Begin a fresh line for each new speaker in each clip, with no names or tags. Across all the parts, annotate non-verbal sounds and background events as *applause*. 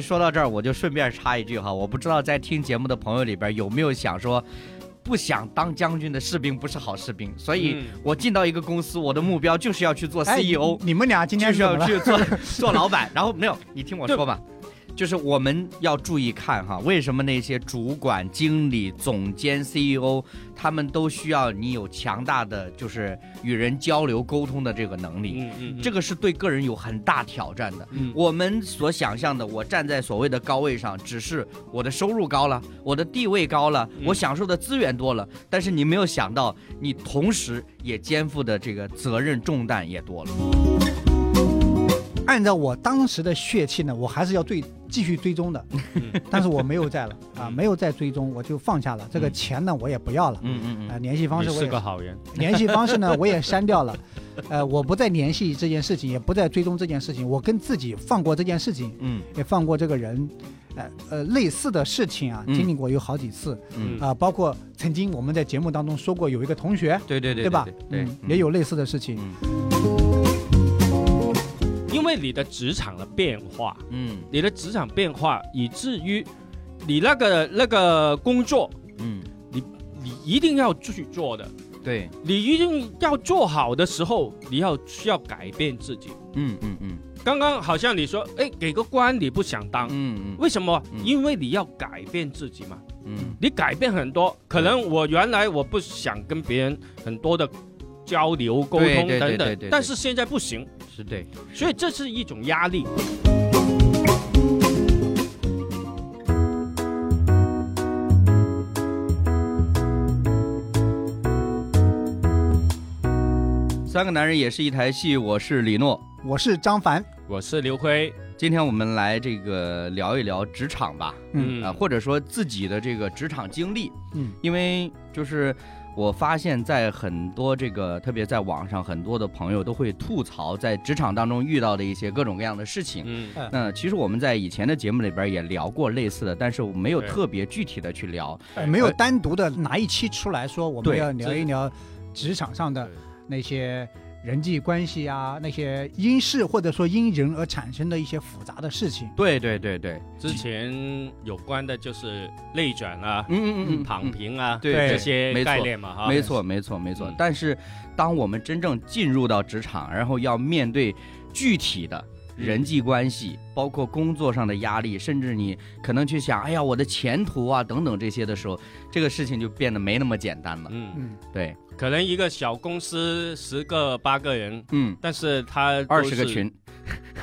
说到这儿，我就顺便插一句哈，我不知道在听节目的朋友里边有没有想说。不想当将军的士兵不是好士兵，所以
嗯
我进到一个公司，我的目标就是要去做 CEO，、
哎你们俩今
*laughs*
天
就是是
怎
要
么了？
去做做老板。然后没有，你听我说吧，就是我们要注意看哈，为什么那些主管、经理、总监、CEO，他们都需要你有强大的就是与人交流沟通的这个能力。
嗯嗯，
这个是对个人有很大挑战的。
嗯
我们所想象的，我站在所谓的高位上，只是我的收入高了，我的地位高了，
嗯
我享受的资源多了。但是你没有想到，你同时也肩负的这个责任重担也多了。
按照我当时的血气呢，我还是要追继续追踪的，
嗯
*laughs* 但是我没有在了啊，
嗯
没有再追踪，我就放下了。这个
嗯
钱呢，我也不要了。
嗯嗯
啊，
嗯，
联系方式
你
我
是
也
个好人，
*laughs* 联系方式呢，我也删掉了，呃，我不再联系这件事情，也不再追踪这件事情，我跟自己放过这件事情，
嗯
也放过这个人，呃呃，类似的事情啊，
嗯
经历过有好几次
嗯，
啊、包括曾经我们在节目当中说过，有一个同学，
对对对，
吧？
对
嗯，，也。有类似的事情。
嗯
因为你的职场的变化，
嗯
你的职场变化，以至于你那个那个工作，
嗯，
你一定要去做的，
对，
你一定要做好的时候，你要需要改变自己。
嗯嗯嗯
刚刚好像你说，哎，给个官你不想当，
嗯嗯
为什么
嗯？
因为你要改变自己嘛。
嗯
你改变很多，可能我原来我不想跟别人很多的交流、沟
对
通
对对
等
对对
等
对，
但是现在不行，
嗯，是对。
所以这是一种压力。
三个男人也是一台戏，我是李诺。
我是张凡，
我是刘辉，
今天我们来这个聊一聊职场吧。
嗯
啊，或者说自己的这个职场经历，
嗯，
因为就是我发现，在很多这个，特别在网上，很多的朋友都会吐槽在职场当中遇到的一些各种各样的事情。
嗯
那其实我们在以前的节目里边也聊过类似的，但是我没有
对
特别具体的去聊。
呃没有单独的拿一期出来说，我们
对
要聊一聊职场上的
对
那些人际关系啊，那些因事或者说因人而产生的一些复杂的事情。
对对对对，
之前有关的就是内卷啊、
嗯嗯嗯嗯，
躺平啊，
对
对
这些
没错
概念嘛，哈，
没错，没错，没错
嗯。
但是，当我们真正进入到职场，然后要面对具体的
嗯
人际关系，包括工作上的压力，甚至你可能去想，哎呀，我的前途啊，等等这些的时候，这个事情就变得没那么简单了。
嗯，
嗯，
对，
可能一个小公司十个八个人，
嗯，
但是他
二十个，群，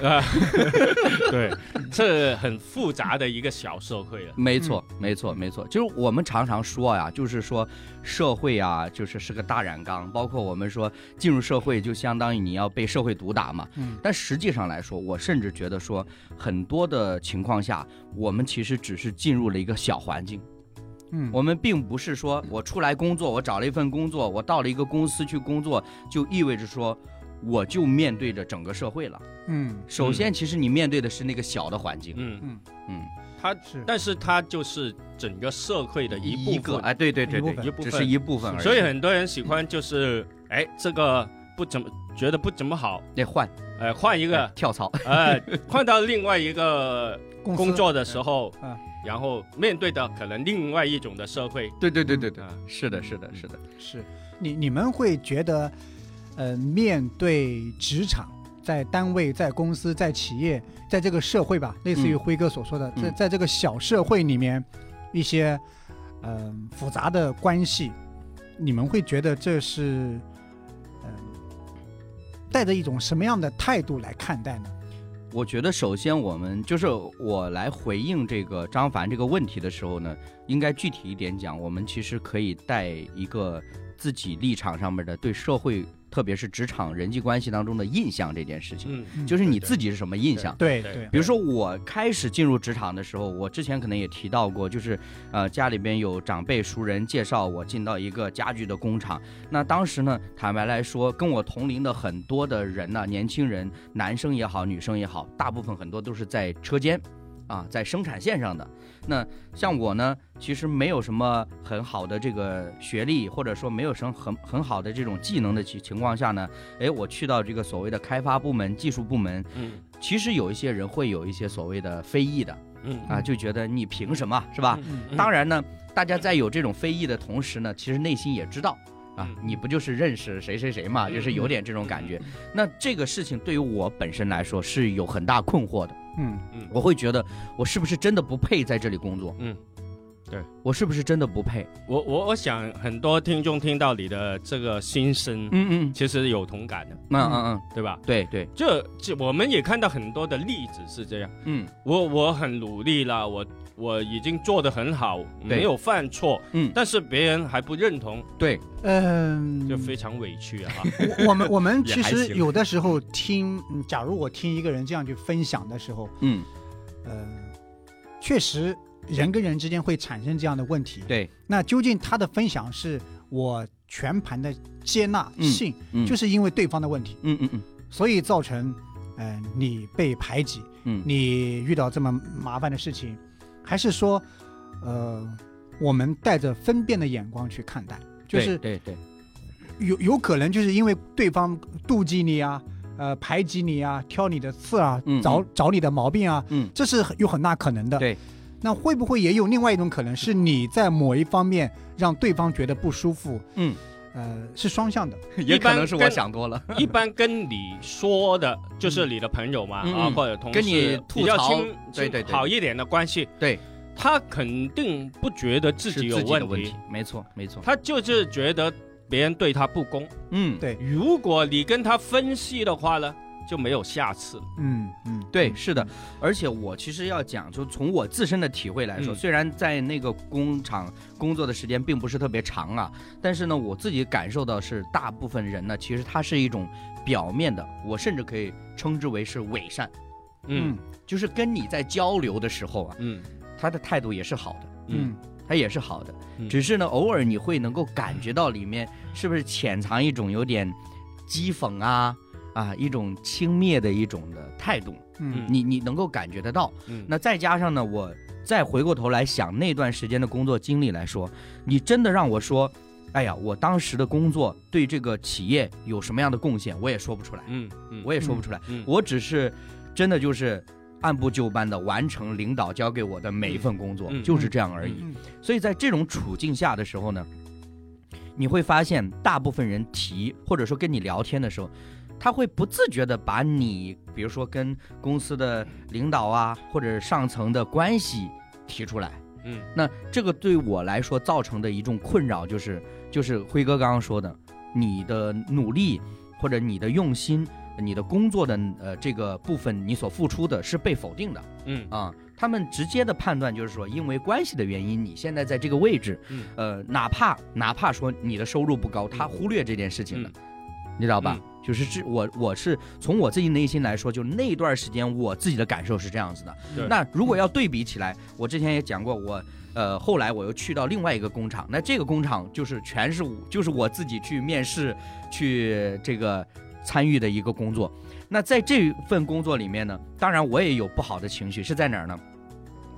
啊， *laughs*
*laughs*
对，这很复杂的一个小社会啊了。
没错，没错，没错。就是我们常常说呀、就是说社会啊，就是是个大染缸，包括我们说进入社会就相当于你要被社会毒打嘛。
嗯
但实际上来说，我甚至觉得说，很多的情况下，我们其实只是进入了一个小环境，
嗯，
我们并不是说我出来工作，我找了一份工作，我到了一个公司去工作，就意味着说。我就面对着整个社会了。
嗯
首先，其实你面对的是那个小的环境，
嗯，
嗯，
他，
是，
但是他就是整个社会的一
一
部
个，
分，
哎，对对对
一部
对，
分
一部
只
分
是一部分而已。
所以很多人喜欢就是，哎，这个不怎么觉得不怎么好，
得换
呃，换一
一
个，
跳槽， *laughs*
呃，换到另外一个
公司
工作的时候
嗯
啊
嗯，
然后面对的可能另外一种的社会，
对对对
对
对
对
对
对，
是的，是的，是的，
是你你们会觉得，呃，面对职场，在单位、在公司、在企业、在这个社会吧，类似于
嗯
辉哥所说的，在
嗯
在这个小社会里面，一些嗯、呃复杂的关系，你们会觉得这是嗯、呃带着一种什么样的态度来看待呢？
我觉得首先我们就是我来回应这个张凡这个问题的时候呢，应该具体一点讲，我们其实可以带一个自己立场上面的对社会，特别是职场人际关系当中的印象这件事情，
嗯
就是你
对对
自己是什么印象。
对
对
对，
比如说我开始进入职场的时候，我之前可能也提到过，就是呃家里边有长辈熟人介绍我进到一个家具的工厂。那当时呢，坦白来说，跟我同龄的很多的人呢、年轻人，男生也好，女生也好，大部分很多都是在车间。啊，在生产线上的那像我呢，其实没有什么很好的这个学历，或者说没有什么很很好的这种技能的情情况下呢，哎，我去到这个所谓的开发部门、技术部门，
嗯
其实有一些人会有一些所谓的非议的，
嗯
啊，就觉得你凭什么是吧？
嗯嗯
当然呢，大家在有这种非议的同时呢，其实内心也知道啊
嗯，
你不就是认识谁谁谁嘛，
嗯
就是有点这种感觉。那这个事情对于我本身来说是有很大困惑的，
嗯
嗯
我会觉得我是不是真的不配在这里工作？
嗯，
我是不是真的不配？
我我我想很多听众听到你的这个心声，
嗯嗯，
其实有同感的，
嗯嗯嗯，
对吧？
对对，
这这我们也看到很多的例子是这样，
嗯
我我很努力了，我我已经做得很好，
对
没有犯错，
嗯，
但是别人还不认同，
对，
嗯，
就非常委屈啊。
我我们我
*laughs*
们
也
其
还
实
行
有
嗯
的时候听，嗯假如我听一个人这样去分享的时候，
嗯
呃，确实人跟人之间会产生这样的问题。
对，
那究竟他的分享是我全盘的接纳
嗯
性，
嗯
就是因为对方的问题，
嗯嗯嗯
所以造成，嗯、你被排挤，
嗯
你遇到这么麻烦的事情，还是说，呃，我们带着分辨的眼光去看待，就
对
是
对对，
有有可能就是因为对方妒忌你啊，呃，排挤你啊，挑你的刺啊，
嗯
找
嗯
找你的毛病啊，
嗯
这是很有很大可能的。
对，
那会不会也有另外一种可能是你在某一方面让对方觉得不舒服？
嗯，
呃，是双向的。
也可能是我
一般跟
想多了。 *laughs*
一般跟你说的就是你的朋友嘛，
嗯
啊
嗯
或者同事，
跟你吐槽
比较亲
对对
亲
对
好一点的关系，
对，
他肯定不觉得自
是
己有
自己的
问
问
题，，
没错没错。
他就是觉得别人对他不公。
嗯，
对，
如果你跟他分析的话呢，就没有下次了。
嗯嗯，
对，是的，而且我其实要讲，就从我自身的体会来说，
嗯
虽然在那个工厂工作的时间并不是特别长啊，但是呢，我自己感受到是大部分人呢，其实他是一种表面的，我甚至可以称之为是伪善，
嗯
就是跟你在交流的时候啊，
嗯
他的态度也是好的，
嗯
嗯
他也是好的，
嗯
只是呢，偶尔你会能够感觉到里面是不是潜藏一种有点讥讽啊啊一种轻蔑的一种的态度，
嗯
你你能够感觉得到。
嗯，
那再加上呢，我再回过头来想那段时间的工作经历来说，你真的让我说，哎呀，我当时的工作对这个企业有什么样的贡献，我也说不出来，
嗯嗯
我也说不出来，
嗯
我只是真的就是。按部就班的完成领导交给我的每一份工作，
嗯
就是这样而已。
嗯
所以在这种处境下的时候呢，你会发现大部分人提或者说跟你聊天的时候，他会不自觉的把你，比如说跟公司的领导啊或者上层的关系提出来。
嗯，
那这个对我来说造成的一种困扰就是，就是辉哥刚刚说的，你的努力或者你的用心。你的工作的呃这个部分，你所付出的是被否定的，
嗯
啊，他们直接的判断就是说，因为关系的原因，你现在在这个位置，
嗯
呃，哪怕哪怕说你的收入不高，他忽略这件事情
嗯
的，你知道吧？就是这，我我是从我自己内心来说，就那段时间我自己的感受是这样子的
对。
那如果要对比起来，我之前也讲过，我呃后来我又去到另外一个工厂，那这个工厂就是全是我就是我自己去面试去这个参与的一个工作。那在这份工作里面呢，当然我也有不好的情绪，是在哪儿呢？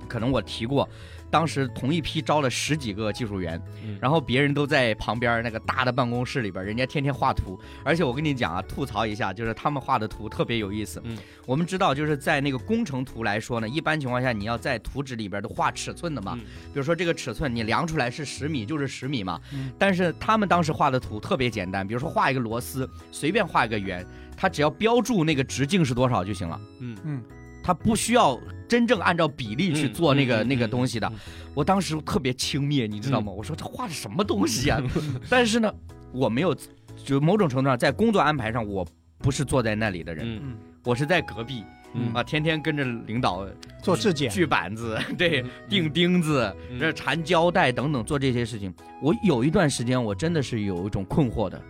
可能我提过，当时同一批招了十几个技术员，
嗯
然后别人都在旁边那个大的办公室里边，人家天天画图。而且我跟你讲啊，吐槽一下，就是他们画的图特别有意思。
嗯
我们知道，就是在那个工程图来说呢，一般情况下你要在图纸里边都画尺寸的嘛，
嗯
比如说这个尺寸你量出来是十米就是十米嘛。
嗯
但是他们当时画的图特别简单，比如说画一个螺丝，随便画一个圆，它只要标注那个直径是多少就行了。
嗯
嗯，
它不需要真正按照比例去做那
嗯
个、那个东西的。，我当时特别轻蔑，你知道吗？我说这画的什么东西
*laughs*
啊？但是呢，我没有，就某种程度上在工作安排上，我不是坐在那里的人，
嗯
我是在隔壁
嗯
啊，天天跟着领导
做质检，
锯板子， *laughs* 对
嗯，
钉钉子，
嗯
这缠胶带等等做这些事情。我有一段时间，我真的是有一种困惑的，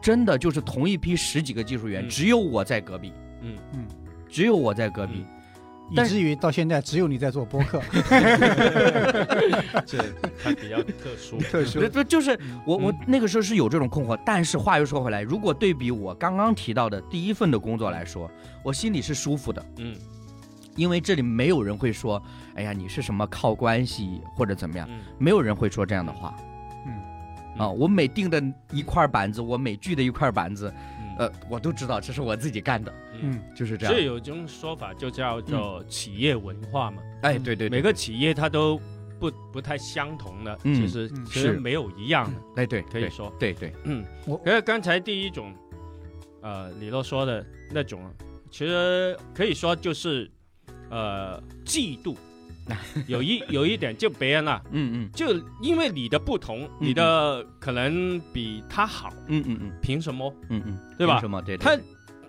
真的就是同一批十几个技术员，
嗯
只有我在隔壁，
嗯
嗯，
只有我在隔壁。
以
嗯但
至于到现在只有你在做播客，
这它比较特
*laughs*
殊，
特殊
对对，就是我我
嗯
那个时候是有这种困惑，但是话又说回来，如果对比我刚刚提到的第一份的工作来说，我心里是舒服的，
嗯
因为这里没有人会说，哎呀，你是什么靠关系或者怎么样，
嗯
没有人会说这样的话。
嗯
啊啊，我每钉的一块板子，我每锯的一块板子，
嗯
呃，我都知道这是我自己干的，
嗯，
就是这
所以
样。
有一种说法就叫做企业文化嘛，
哎，对对，对
嗯每个企业它都不不太相同的，
嗯
其实
嗯
其实
是
没有一样的，
哎对，
可以说。
对对对，
嗯，
我
可是刚才第一种，呃，李洛说的那种，啊其实可以说就是，呃，嫉
*laughs*
妒，有一有一点就别人啊，
嗯
就因为你的不同，你的可能比他好，
嗯嗯嗯
凭什么
嗯嗯嗯，
对吧
凭什么？对，对
他
对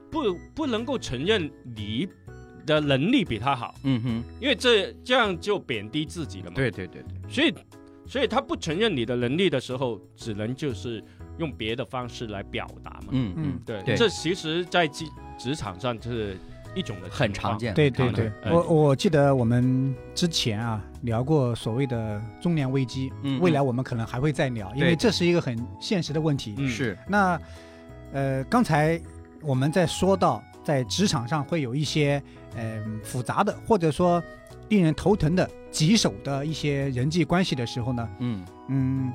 不不能够承认你的能力比他好？
嗯哼，
因为这这样就贬低自己了嘛。
对对对对，
所以，所以他不承认你的能力的时候，只能就是用别的方式来表达嘛。
嗯嗯
嗯，
对，
对
这其实在职职场上就是一种的
很
情况
常。见，
对
很
对
常
对
见，
哎
我我记得我们之前啊聊过所谓的中年危机，
嗯
未来我们可能还会再聊，因
对
为这是一个很现实的问题。
嗯
是，
那呃，刚才我们在说到在职场上会有一些嗯、呃复杂的或者说令人头疼的棘手的一些人际关系的时候呢，
嗯
嗯，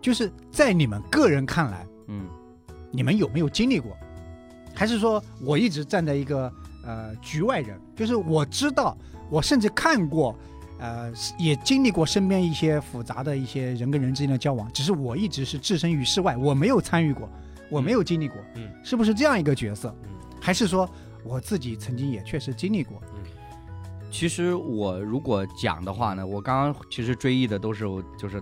就是在你们个人看来，
嗯
你们有没有经历过？还是说我一直站在一个呃局外人？就是我知道，我甚至看过，呃，也经历过身边一些复杂的一些人跟人之间的交往，只是我一直是置身于世外，我没有参与过，我没有经历过，
嗯
是不是这样一个角色？
嗯
还是说我自己曾经也确实经历过？
其实我如果讲的话呢，我刚刚其实追忆的都是我就是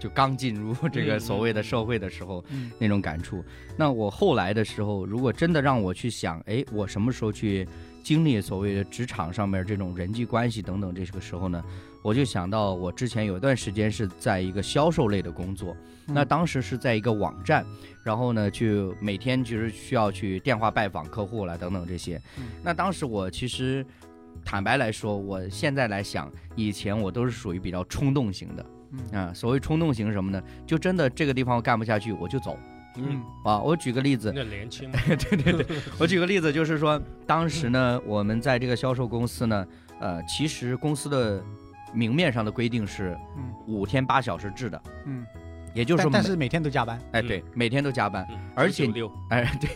就刚进入这
嗯
个
嗯
所谓的
嗯
社会的时候
嗯
那种感触。那我后来的时候，如果真的让我去想，哎，我什么时候去经历所谓的职场上面这种人际关系等等这个时候呢？我就想到我之前有一段时间是在一个销售类的工作，
嗯
嗯那当时是在一个网站，然后呢，去每天其实需要去电话拜访客户了等等这些。
嗯
那当时我其实坦白来说，我现在来想，以前我都是属于比较冲动型的
嗯
啊。所谓冲动型是什么呢？就真的这个地方我干不下去，我就走
嗯，
啊。我举个例子，
那年轻嘛，
我举个例子，就是说，当时呢，
嗯
我们在这个销售公司呢，呃，其实公司的明面上的规定是
嗯
五天八小时制的，
嗯，
也就是
但
每
但是每天都加班，
哎对，每天都加班，
嗯
而且
996
哎对，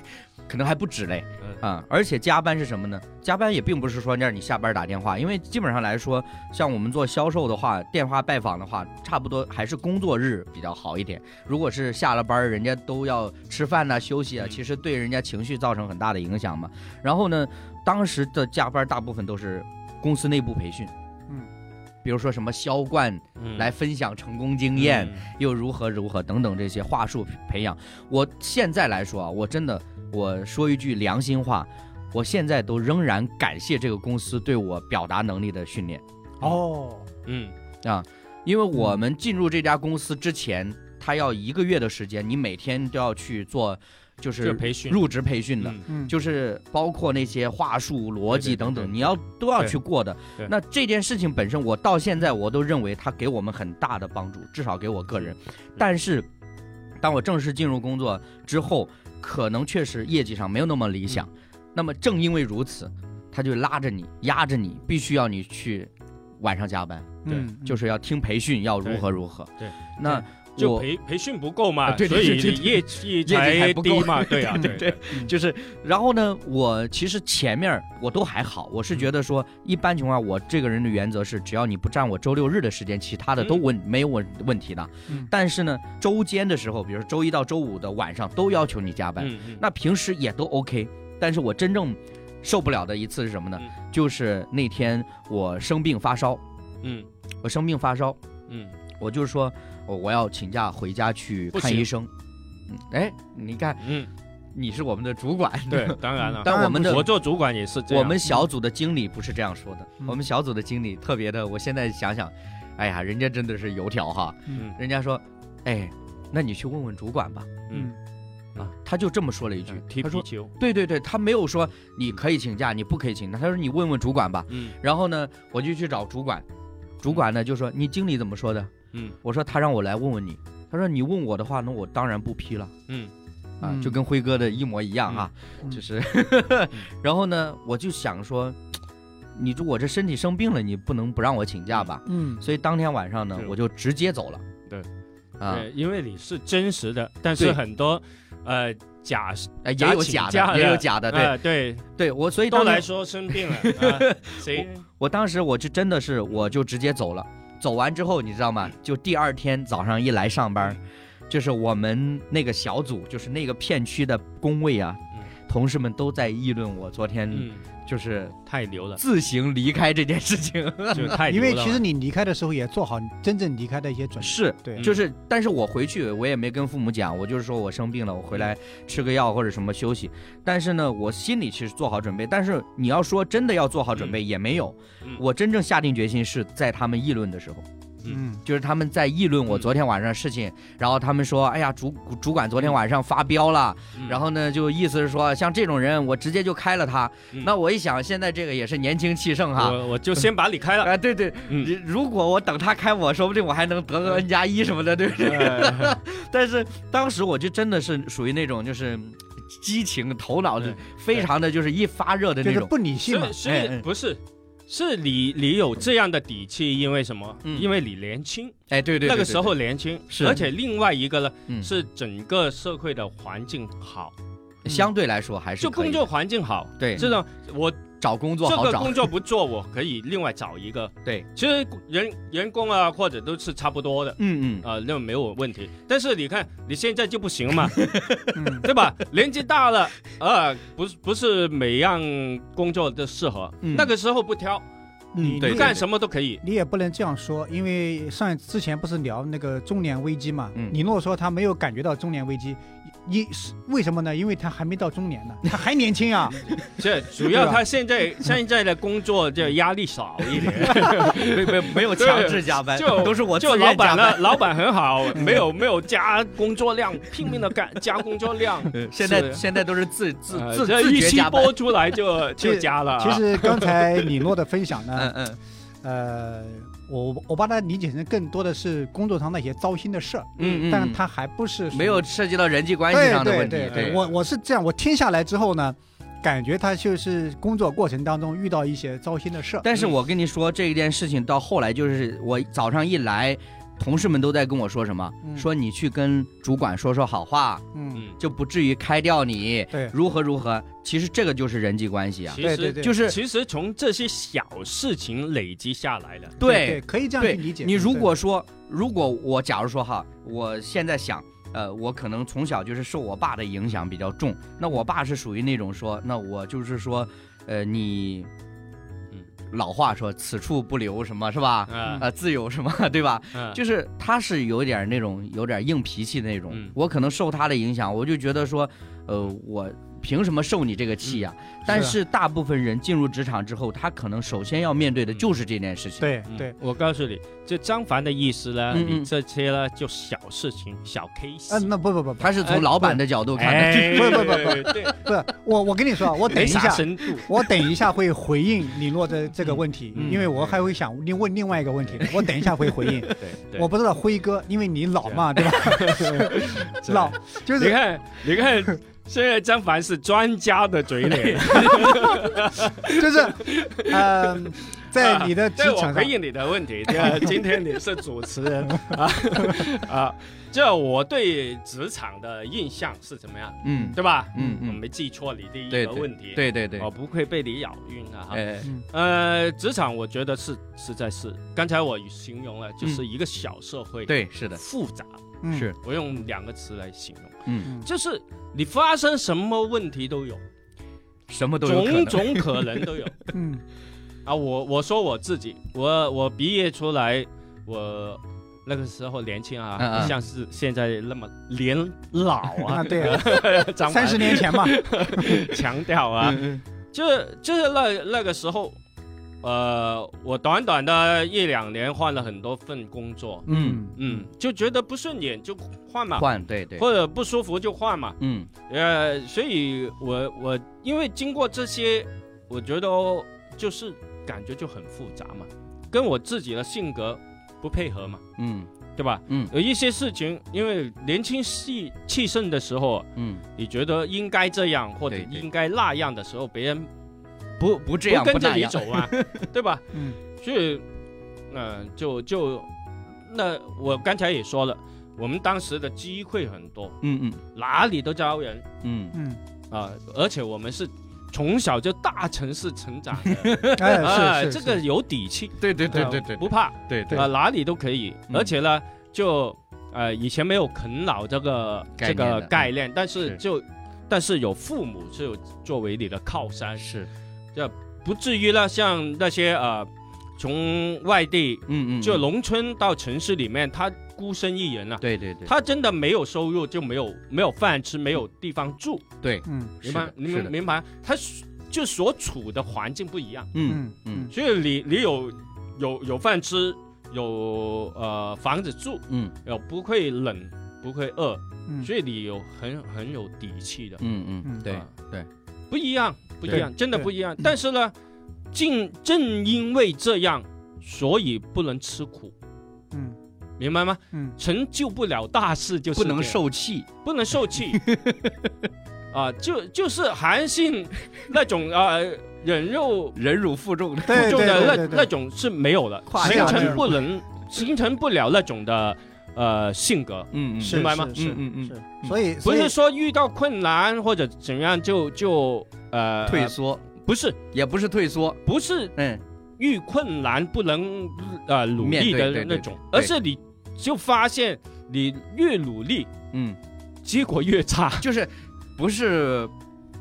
可能还不止嘞。
嗯
啊、而且加班是什么呢？加班也并不是说让你下班打电话，因为基本上来说，像我们做销售的话，电话拜访的话，差不多还是工作日比较好一点。如果是下了班，人家都要吃饭呐、休息啊，
嗯
其实对人家情绪造成很大的影响嘛。然后呢，当时的加班大部分都是公司内部培训，
嗯，
比如说什么销冠
嗯
来分享成功经验，
嗯
又如何如何等等这些话术培养。我现在来说啊，我真的我说一句良心话，我现在都仍然感谢这个公司对我表达能力的训练，啊
哦，
嗯
因为我们进入这家公司之前，他要一个月的时间，你每天都要去做，就
这
是
培训
入职培训的。
嗯
嗯，
就是包括那些话术、逻
对
辑
对
等
对
等，你要都要去过的
对。
那这件事情本身，我到现在我都认为它给我们很大的帮助，至少给我个人。
嗯
但是，当我正式进入工作之后，可能确实业绩上没有那么理想。
嗯
那么正因为如此，他就拉着你、压着你，必须要你去晚上加班，
嗯，
就是是要听培训，要如
对
何如何。
对，
那
就
我
培培训不够嘛，
啊对
所
对
以
对对
你业绩
绩还
才
不
低
够
嘛，对啊，对
对
对
就是，然后呢，我其实前面我都还好，我是觉得说，
嗯
一般情况下，我这个人的原则是，只要你不占我周六日的时间，其他
嗯
的都问没有问问题的。
嗯
但是呢，周间的时候，比如说周一到周五的晚上都要求你加班，
嗯嗯
那平时也都 OK。但是我真正受不了的一次是什么呢？
嗯
就是那天我生病发烧，
嗯
我生病发烧，
嗯，
我就是说我我要请假回家去
不
看
行
医生。嗯，哎，你看
嗯，
你是我们的主管， *laughs*
对，当然了，
但我们的
我做主管也是这样。嗯
我们小组的经理不是这样说的，
嗯
我们小组的经理特别的，我现在想想，哎呀，人家真的是油条哈，
嗯
人家说，哎，那你去问问主管吧，
嗯
嗯
啊，他就这么说了一句
嗯，踢
他
皮
说，
球，
对对对，他没有说你可以请假，你不可以请假，他说你问问主管吧，
嗯
然后呢，我就去找主管，主管呢就说你经理怎么说的，
嗯
我说他让我来问问你，他说你问我的话，那我当然不批了。
嗯
啊，
嗯
就跟辉哥的一模一样啊，
嗯
就是 *laughs* 然后呢，我就想说，你这我这身体生病了，你不能不让我请假吧？
嗯
所以当天晚上呢
对，
我就直接走了。
对，
啊，
对，因为你是真实的，但是
对
很多呃假
呃也
假
有
请
假
假
的，
的
也有假的，啊对、
哎对，
对，我所以
都
当时
来说生病了，
*laughs*
啊谁
我当时我就真的是我就直接走了，走完之后你知道吗？
嗯
就第二天早上一来上班，就是我们那个小组，就是那个片区的工位啊
嗯，
同事们都在议论我昨天
嗯
就是
太牛
*laughs*
了，
自行离开这件事
*laughs*
情。
就太
因
牛了
为
嘛，
其实你离开的时候也做好真正离开的一些准备。
是，
对，啊
嗯
就是，但是我回去我也没跟父母讲，我就是说我生病了，我回
嗯
来吃个药或者什么休息。但是呢，我心里其实做好准备，但是你要说真的要做好准备也没有
嗯，
我真正下定决心是在他们议论的时候。
嗯，
就是他们在议论我
嗯
昨天晚上的事情，然后他们说，哎呀，主主管昨天晚上发飙了，
嗯
然后呢，就意思是说，像这种人，我直接就开了他。
嗯
那我一想，现在这个也是年轻气盛哈。
我我就先把你
*laughs*
开了，
啊，对对，
嗯
如如果我等他开我，说不定我还能得个 N 加一什么
嗯
的，对
*laughs*
不对？ *laughs*
哎
但是当时我就真的是属于那种就是激情，头脑
对
非常的就是一发热的
就
那
是
种。
不理性嘛
是。
哎哎
是不是？是你你有这样的底气，因为什么？
嗯
因为你年轻，
哎，对对，
那个
对
时候年轻，
是
而且另外一个呢，
嗯
是整个社会的环境好，
对相对来说还是
嗯就
可以
工作环境好。
对
这种我
找工作
这
好
个
找
工，作不做，我可以另外找一个。
*laughs* 对，
其实人员工啊，或者都是差不多的
嗯嗯，
啊、那没有问题。但是你看，你现在就不行嘛， *laughs*
嗯，
对吧？年纪大了， *laughs* 啊，不是不是每样工作都适合。
嗯
那个时候不挑，
嗯
你
对
你
你
干什么都可以。
你也不能这样说，因为上一之前不是聊那个中年危机嘛？
嗯
你诺说他没有感觉到中年危机，一是为什么呢？因为他还没到中年呢，他还年
*laughs*
轻啊。
这主要他现在现在的工作就压力少一点，
没没没有强制加班，
对就
都是 *laughs* 我自
就老
愿加班。
板呢，老板很
*laughs*
好，
嗯
没有没有加工作量，拼命的干加工作量。
嗯现在
是
现在都是自 *laughs* 自
呃
自
这
自
一
觉
期
加班。
播出
*laughs*
来就就加了啊。
其实刚才李诺的分享
嗯
呢，
*laughs* 嗯
呃，我我把它理解成更多的是工作上那些糟心的事儿，
嗯嗯，
但他还不是属于
没有涉及到人际关系
对
上的
对
问题。
对
对
我我是这样，我听下来之后呢，感觉他就是工作过程当中遇到一些糟心的事儿。
但是我跟你说，这件事情到后来就是我早上一来，同事们都在跟我说什么，
嗯
说你去跟主管说说好话，
嗯，
就不至于开掉你，
对，
如何如何。其实这个就是人际关系啊，
其
对
实
对对
就是
其实从这些小事情累积下来的，
对对，可以这样去
对
理解。
你
对
如果说，如果我假如说哈，我现在想，呃，我可能从小就是受我爸的影响比较重，那我爸是属于那种说，那我就是说，呃，你，
嗯
老话说此处不留什么是吧？
嗯
*laughs* 呃，自有什么对吧？
嗯，
就是他是有点那种有点硬脾气的那种，
嗯
我可能受他的影响，我就觉得说，呃，我凭什么受你这个气
嗯
呀、但
是啊
是大部分人进入职场之后，他可能首先要面对的就是这件事情。
对
嗯
对，
我告诉你，这张凡的意思呢，
嗯嗯
你这些呢就小事情、小 case。
嗯，那不不不不
他是从老板的角度看的，
哎，
不不
不，对，
不是，我我跟你说啊，我等
没
一
啥
下，
深度。
我等一下会回应李诺的这个问题，
嗯嗯
因为我还会想另问另外一个问题，我等一下会回应。
对对，
我不知道辉哥，因为你老嘛，对吧？
这
老就
你
是
看，你看，现在张凡是专家的嘴脸，
就是，呃，在你的职
这我
场上
回，应你的问题。这今天你是主持人啊啊，这我对职场的印象是怎么样，
嗯，
对吧？
嗯嗯
我没记错你第一
对
个问题，
对对对
我，哦不会被你咬晕啊。哈
哎，
嗯
呃，职场我觉得是实在是，刚才我形容了，就是一个小社
嗯
会，，
对，是的，
复杂，
嗯
是，
我用两个词来形容，啊
嗯，
就是你发生什么问题都有，
什么都有可
种
能，
种可能都有
嗯
啊。我我说我自己，我我毕业出来，我那个时候年轻啊，
嗯嗯
不像是现在那么年老
*laughs*
啊，
啊，
对啊，
张
三
凡
十年前嘛，
*laughs* 强调啊，
嗯
就是就是那那个时候，呃，我短短的一两年换了很多份工作，
*laughs* 嗯
嗯，就觉得不顺眼就换嘛，
换，对对，
或者不舒服就换嘛，
嗯
呃，所以我我因为经过这些，我觉得哦就是感觉就很复杂嘛，跟我自己的性格不配合嘛，
嗯
对吧？
嗯
有一些事情，因为年轻气气盛的时候，
嗯，
你觉得应该这样或者
对对
应该那样的时候，别人
不不这样
不
不
跟着
那
你
样，
走
*laughs*
啊，对吧？呃
嗯
所以，嗯、就就那我刚才也说了，我们当时的机会很多，
嗯
哪里都招人
嗯嗯，
嗯，
啊、而且我们是从小就大城市成长
*laughs*
的，啊、
哎，是是
这个
是
有底气，
对对对
啊
对对，
不怕啊、
对对
对
哪里都可以，
嗯
而且呢，就呃以前没有啃老这个
概
这
念的
个概念，但
是
是就但是有父母就作为你的靠山，
是，
不至于呢像那些呃从外地
嗯嗯，
就
嗯
农村到城市里面，他孤身一人了、啊
对对对，
他真的没有收入，就没有没有饭吃，没有地方住，
对，
嗯
明
是
白
的？
你
是
们
的
明白？他就所处的环境不一样，
嗯
嗯嗯
嗯
所以你你有有有饭吃，有呃房子住，
嗯
有不会冷，不会饿，
嗯，
所以你有很很有底气的，
嗯嗯，
嗯
对
啊
对，
不一样，不一
对
样，真的
对
不一样。但是呢，正正因为这样，所以不能吃苦，
嗯
明白吗？
嗯
成就不了大事就是
不能
这样
受气，
不能
*laughs*
受气啊，就就是韩信那种啊忍肉
忍辱负重的，
对
就
对对
的
对对
那那种是没有了，
胯
形
下之
成
辱
不能形成不了那种的呃性格，
*laughs* 嗯嗯，
是
明白吗
是是
嗯嗯嗯
是，所以
不
所以
是说遇到困难或者怎样就就呃
退，缩
不是
也不是退缩，
不是
嗯，
遇困难不能呃努
面
力
对对
的
对
那种，
对
而是你就发现你越努力
嗯，
结果越差，
就是不是。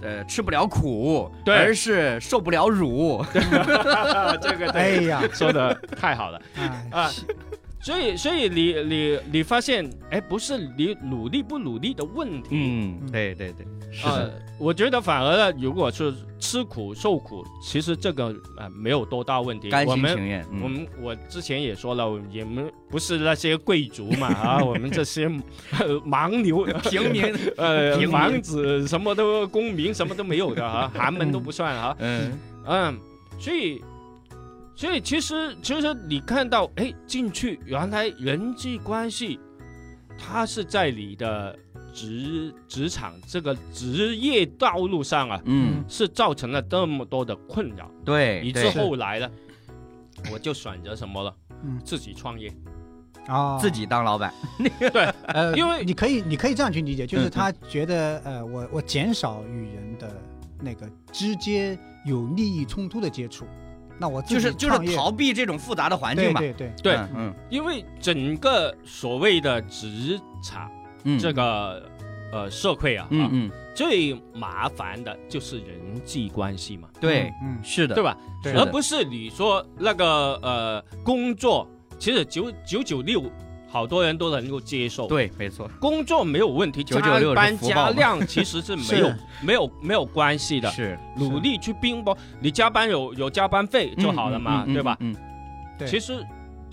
呃，吃不了苦，
对
而是受不了
*laughs*
辱，
这个
哎
*laughs*
呀，
说的太好了。
哎
啊，所以，所以你你你发现，哎，不是你努力不努力的问题。
嗯
嗯
对对对，是
呃
的，
我觉得反而呢，如果是吃苦受苦，其实这个啊、呃没有多大问题。
甘
我
心
们
情愿，*laughs*
我
嗯，
们我之前也说了，我们也没不是那些贵族
*laughs*
嘛啊，我们这些呃 *laughs* 盲流
平民，
呃
平民
王子什么都公民什么都没有
*laughs*
的啊，寒门都不算啊。
嗯
嗯，所以，所以其实其实你看到，哎，进去原来人际关系，它是在你的职职场这个职业道路上啊，
嗯，
是造成了这么多的困扰，
对，
以
哎对
致后来呢，我就选择什么了，
嗯
自己创业，
啊，
自己当老板，
呃，
因为
你可以你可以这样去理解，就
嗯
是
嗯
他觉得呃，我我减少与人的那个直接有利益冲突的接触，那我自
就
己
是就
创业
是逃避这种复杂的环境嘛，
对对对，
对
嗯嗯
因为整个所谓的职场、
嗯，
这个呃社会啊，
嗯
啊
嗯，
最麻烦的就是人际关系嘛，
对，
嗯，
是的，
对吧？
是的
而不是你说那个呃工作，其实九九九六好多人都能够接受，，
对，没错，
工作没有问题，加
996是
班
福报嘛
加量其实是
*laughs*
没有没有没有关系的，
是
努力去拼搏，你加班有有加班费就好了嘛，对吧？？
嗯，
对
其实。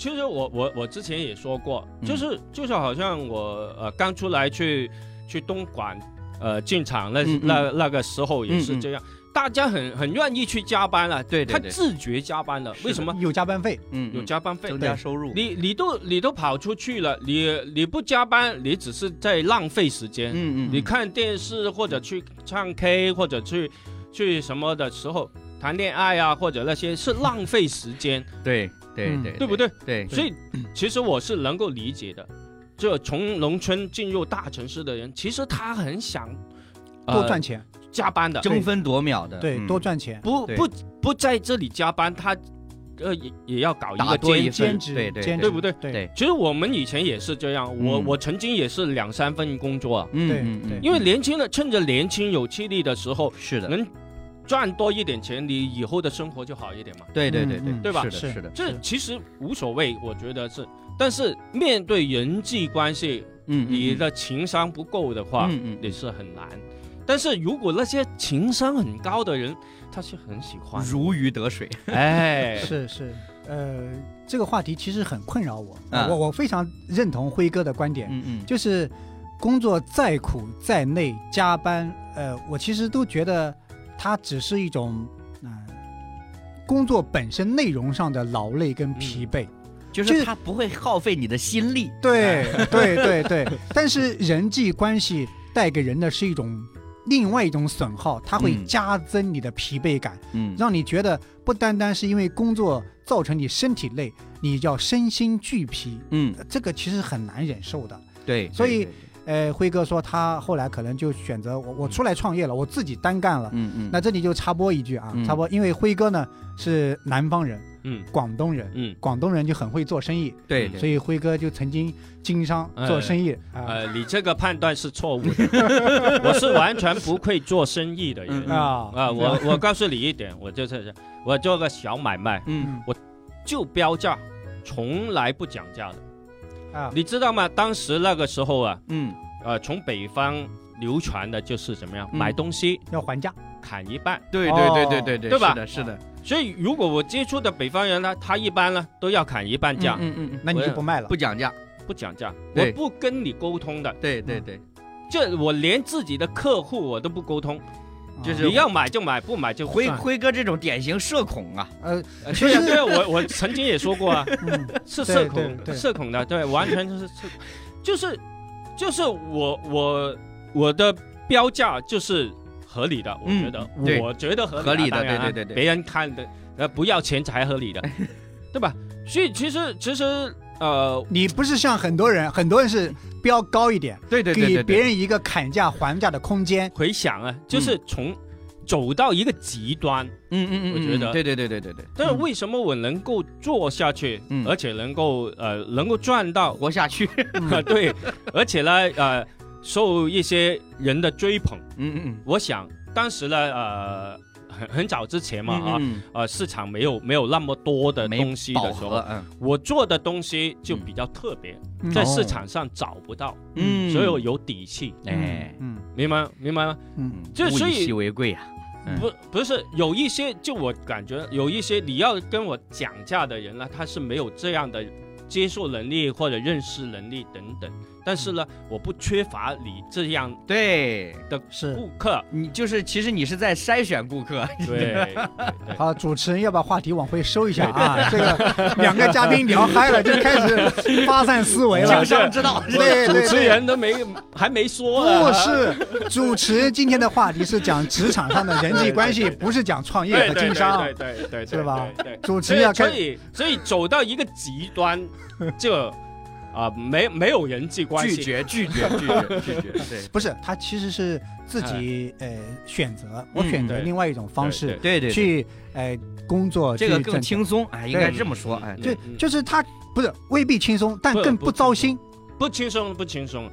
其实我我我之前也说过，
嗯
就是就是好像我呃刚出来去去东莞呃进厂那、
嗯嗯
那那个时候也是这样，大家很很愿意去加班啊了，
对对
他
对
自觉加班了，
是的
为什么？
有加班费，
嗯，
有加班费
增。加收入，
你你都你都跑出去了，你你不加班，你只是在浪费时间。
嗯嗯，
你看电视或者去唱 K 或者去去什么的时候谈恋爱啊，或者那些是浪费时间，
嗯对对
嗯
对，
对不？对？
对，
所以其实我是能够理解的。就从农村进入大城市的人，其实他很想、呃
多赚钱，
加班的，
争分夺秒的，嗯
对，多赚钱，
不
对
不不在这里加班，他呃也也要搞一
打
个
多
兼
一
职。
份
兼职
对对
兼职
对不对
对
对，
其实我们以前也是这样，我、
嗯
我曾经也是两三份工作啊，
嗯嗯，
因为年轻的趁着年轻有气力的时候，
哦是的，
能赚多一点钱，你以后的生活就好一点嘛。
对对对对嗯是的，
是
是的，
这其实无所谓，我觉得是，但是面对人际关系，
嗯，
你的情商不够的话，
嗯嗯，
你是很难。但是如果那些情商很高的人，他是很喜欢，
如鱼得水， *laughs*
哎，
是是，呃，这个话题其实很困扰我，呃
啊
我我非常认同辉哥的观点，
嗯嗯，
就是工作再苦再累，加班，呃，我其实都觉得它只是一种，嗯、工作本身内容上的劳累跟疲
嗯
惫。
就是它不会耗费你的心力，
对对对
*laughs*
对，但是人际关系带给人的是一种。另外一种损耗，它会
嗯
加增你的疲惫感，
嗯，
让你觉得不单单是因为工作造成你身体累，你要身心俱疲，
嗯
这个其实很难忍受的。
对，对
所
对
以
对
呃，辉哥说他后来可能就选择我我出来创业了，我自己单干了。
嗯嗯，
那这里就插播一句啊
嗯，
插播，因为辉哥呢是南方人，
嗯
广东人，
嗯，
广东人就很会做生意，
对，
嗯
对
所以辉哥就曾经经商
哎
做生意啊
呃，你这个判断是错误的， *laughs* 我是完全不会做生意的人
嗯
啊、
啊
我我告诉你一点，我就是我做个小买卖，
嗯
就标价，从来不讲价的，
啊
你知道吗？当时那个时候啊，
嗯
呃，从北方流传的就是怎么样，
嗯
买东西
要还价，
砍一半。
对
哦
对对对对对，
对吧
是的，是的，
所以如果我接触的北方人呢，他一般呢都要砍一半价，
嗯嗯嗯，
那你
我
就不卖了
不讲价，
不讲价，我
对
不跟你沟通的，
对对对，
这我连自己的客户我都不沟通，
啊
就是
你要买就买，不买就
辉
算
辉哥这种典型社恐啊，
呃，
呃 *laughs* 对呀、对呀、我我曾经也说过啊，
嗯
是社
对对
恐，
对
社恐的，对，完全就是社， *laughs* 就是就是我我我的标价就是合理的，我
嗯
觉得，
对
我觉得合理,、
合理的
当然啊
对对对对
别人看的，呃，不要钱才
*laughs*
合理的，对吧？所以其实其实呃，
你不是像很多人，很多人是标高一点，
对对对
给
对
别
对，
人一个砍价还价的空间。
回想啊，就是从走到一个极端，
嗯嗯嗯，
我觉
嗯
得
对对对对对对，
但是为什么我能够做下去，
嗯
而且能够呃能够赚到，
活下去，
啊， *laughs* 对，而且呢，呃，受一些人的追捧。
嗯嗯
我想当时呢，呃，很很早之前
嗯，
嘛啊，
嗯
呃，市场没有没有那么多的
没
东西
饱
的时候
和，，嗯
我做的东西就比较特别，
嗯
在市场上找不到，
哦嗯，
所以我有底气，
哎，
嗯
明白吗明白吗？
嗯
这
物
所
以
以
稀为贵啊，嗯
不不是有一些，就我感觉有一些你要跟我讲价的人呢，他是没有这样的接受能力或者认识能力等等。但是
嗯
呢，我不缺乏你这样
对
嗯，是。
顾客，
你就是其实你是在筛选顾客， *laughs*
对对对
好，主持人要把话题往回收一下啊！这
*laughs*
个两个嘉宾聊嗨了，就开始发散思维了
*laughs* 经。商之道，
对对
主持人都没还没说啊
不
呢，
是，主持人今天的话题是讲职场上的人际关系，不是讲创业
对
和
对
经
哎
商
对。对对对，
是吧
对？对
主持
所
人要
以所
开，
以所以走到一个极
*laughs*
端，就啊、没没有人际关
拒
系，
绝拒绝拒
*laughs*
绝拒绝，对
不是他其实是自己呃选择，我
嗯
选择
对
另外一种方式
对
对对，对
去呃工作，
这个
去
更
挣
轻松，哎，应该这么说，哎，
嗯
就
嗯
就是他不是未必轻松，但
不
更
不
不糟心。
不轻松不轻松，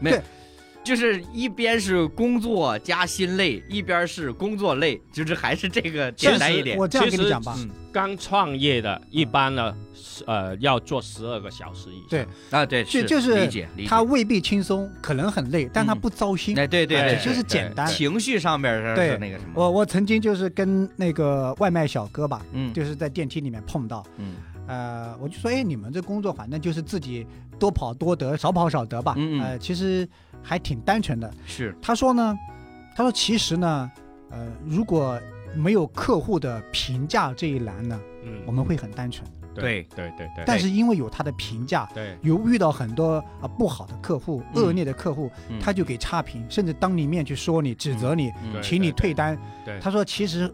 就是一边是工作加心累，一边是工作累，就是还是这个简单一点。
我这样
其
跟你
实
讲吧，
嗯
刚创业的，一般呢，是呃，要做十二个小时以上。
对
啊，对，
就是就是
理解理解。
他未必轻松，可能很累，但他不糟心，
哎，对对
哎
对，
只是简单
对。情绪上面是
对
是那个什么，
我我曾经就是跟那个外卖小哥吧，
嗯
就是在电梯里面碰到，
嗯
呃，我就说，哎，你们这工作反正就是自己多跑多得，少跑少得吧，
嗯嗯
呃，其实还挺单纯的。
是
他说呢，他说其实呢，呃，如果没有客户的评价这一栏呢，
嗯
我们会很单纯，
对
对对对。
哦但是因为有他的评价。
对
有遇到很多啊、不好的客户、
嗯
恶劣的客户，
嗯
他就给差评，甚至当你面去说你、指责你，
嗯
对
请你退单。
对
他说其实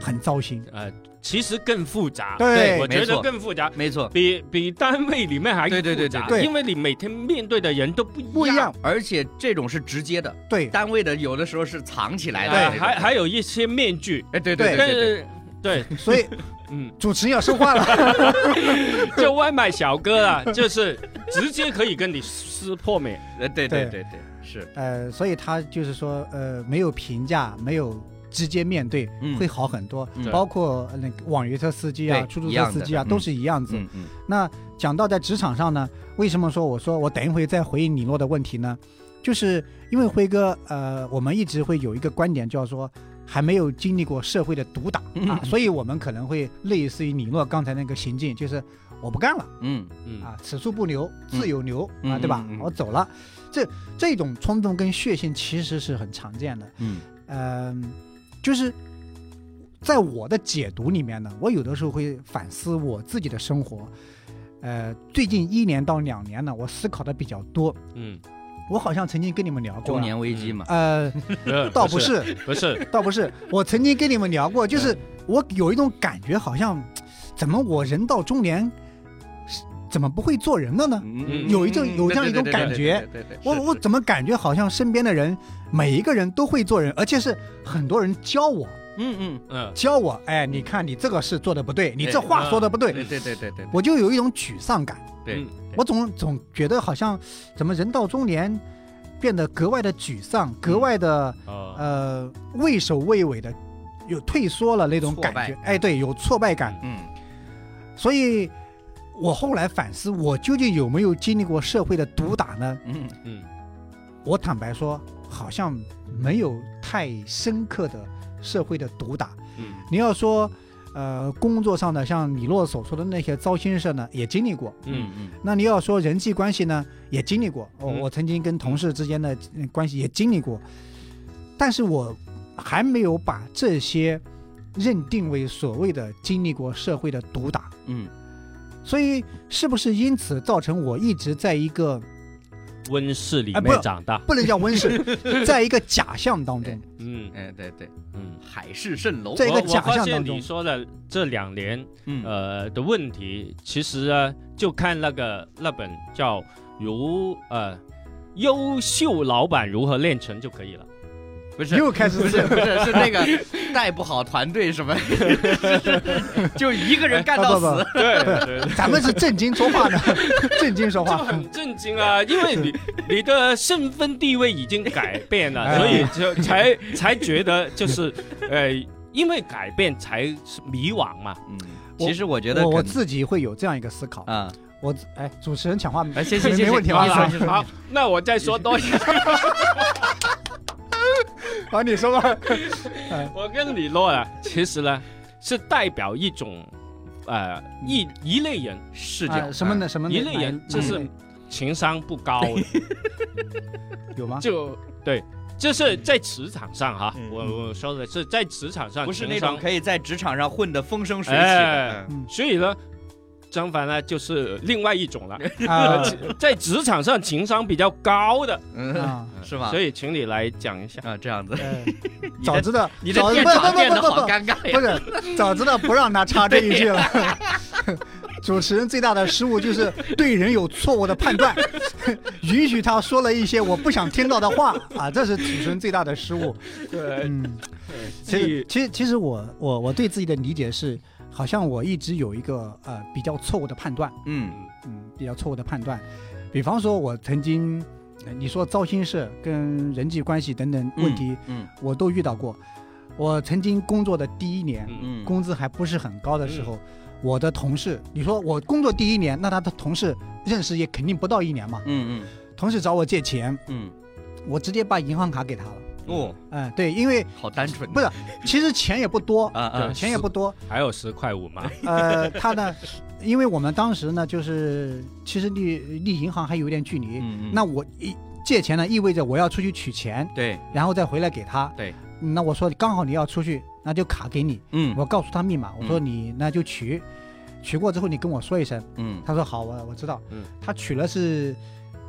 很糟心。
呃，其实更复杂。
对
我觉
没
得
错
更复杂，
没错。
比比单位里面还
对对对
复杂
对对
因为你每天面对的人都不
不
*laughs*
一样，
而且这种是直接的，
对，
单位的有的时候是藏起来的。
啊
这种
还还有一些面具。
哎，对
对
对
但
对对，
是对，
所以
嗯，
主持人要说话了。 *laughs*
*laughs* 这外卖小哥啊， *laughs* 就是直接可以跟你撕破面。
呃对对
对
对对，是
呃，所以他就是说，呃，没有评价，没有直接面对，
嗯
会好很多。
嗯
包括那个网约车司机啊、
对
出租
一
车
样
司
的
机啊，
嗯
都是一样子。
嗯嗯
那讲到在职场上呢，为什么说我说我等一会再回应李诺的问题呢？就是因为辉哥，呃，我们一直会有一个观点，叫说还没有经历过社会的毒
*laughs*
打啊，所以我们可能会类似于李诺刚才那个行径，就是我不干了
嗯，
嗯
啊，此处不留，自有留、
嗯
啊，对吧？
嗯嗯嗯
我走了，这这种冲动跟血性其实是很常见的，
嗯
嗯、就是。在我的解读里面呢，我有的时候会反思我自己的生活，呃，最近一年到两年呢，我思考的比较多。 *laughs*
嗯，
我好像曾经跟你们聊过
中
了，
年危机嘛，
呃，
呃
倒不，是，
不是，
倒不是，我曾经跟你们聊过，就是我有一种感觉，好像怎么我人到中年，是怎么不会做人了呢？
嗯
有一种有这样一种感觉，
对对对对对对对对对
我
是
我
是
怎么感觉好像身边的人每一个人都会做人，而且是很多人教我
嗯嗯，
嗯
教我，哎，你看你这个是做的不对，你这
对
话说的不对，
对对对对对
我就有一种沮丧感。
对
嗯，
我总总觉得好像怎么人到中年变得格外的沮丧，格外的、
嗯
哦
呃畏首畏尾的，有退缩了那种
挫
感
败
觉。哎，对，有挫败感。
嗯
所以，我后来反思，我究竟有没有经历过社会的毒打呢？
嗯
嗯
我坦白说，好像没有太深刻的社会的毒打。
嗯
你要说，呃，工作上的像李洛所说的那些糟心事呢，也经历过。
嗯
嗯嗯
那你要说人际关系呢，也经历过。哦我、
嗯
我曾经跟同事之间的嗯关系也经历过，但是我还没有把这些认定为所谓的经历过社会的毒打。
嗯，
所以，是不是因此造成我一直在一个
温室里
哎不
面长大，
不能叫温室，
*laughs*
在一个假象当中？
嗯
哎对对，
嗯。
海市蜃楼，哦
在一个
我
假
我发
象
现
当中
你说的这两年
嗯
呃的问题，其实呢，就看那个那本叫《如呃优秀老板如何炼成》就可以了。
不是
又开始
不
是
是不是是那个带不好团队
*laughs*
什么，就一个人干
啊
到
不不
死。
对对对，
咱们是正经说
*laughs*
话呢，正经说
就
话。
很震惊啊，因为你你的身份地位已经改变
*laughs*
了，
哎
所以就才才觉得就是呃，因为改变才是迷惘嘛。
嗯，
我
其实我觉得
我我
可能
自己会有这样一个思考。
啊，
我哎，主持人讲话
哎行行行，
没问题
行
吧
你
*laughs*
说你说
好，那我再说多一点，
啊，你说吧。
我跟你说了，其实呢是代表一种呃一一类人。
视
啊
角
什么？呢？什么呢
一类人
哪
就是
哪一类
情商不高
*laughs*
的，
有吗？
就对，就是在职场上哈，
嗯
我我说的是在职场上
啊不是
情
那
商
种可以在职场上混得风生水起
哎
的。嗯
嗯
所以呢，张凡呢就是另外一种了，
啊
在职场上情商比较高的，
嗯， *laughs*
啊，
是吧
所？以请你来讲一下。
啊，这样子，
呃
你
早
的
知道，
你
早
这
不
片
不
场变
不
得
不
好
不
尴尬呀
不！是，早知道不让他插这一句了。 *laughs* 主持人最大的失误就是对人有错误的判断， *laughs* 允许他说了一些我不想听到的话啊，这是主持人最大的失误。
对，
嗯，其
所
实
以
其实其实我我我对自己的理解是，好像我一直有一个呃比较错误的判断。
嗯
嗯比较错误的判断。比方说，我曾经呃你说糟心事跟人际关系等等 *laughs* 问题，
嗯
我都遇到过。我曾经工作的第一年，
嗯
嗯，
工资还不是很高的时候，我的同事，你说我工作第一年，那他的同事认识也肯定不到一年嘛。
嗯
同事找我借钱，
嗯嗯，
我直接把银行卡给他了。
哦，
嗯，对，因为
好单纯。嗯
不是其实钱也不多，
啊啊
对，
钱也不多，
还有十块五嘛，
呃，他呢，因为我们当时呢，就是其实离离银行还有一点距离，
嗯嗯，
那我一借钱呢，意味着我要出去取钱，
对，
然后再回来给他。
对
嗯，那我说刚好你要出去，那就卡给你。
嗯
我告诉他密码，我说
嗯
你那就取，取过之后你跟我说一声。
嗯
他说好，我我知道。
嗯，
他取了是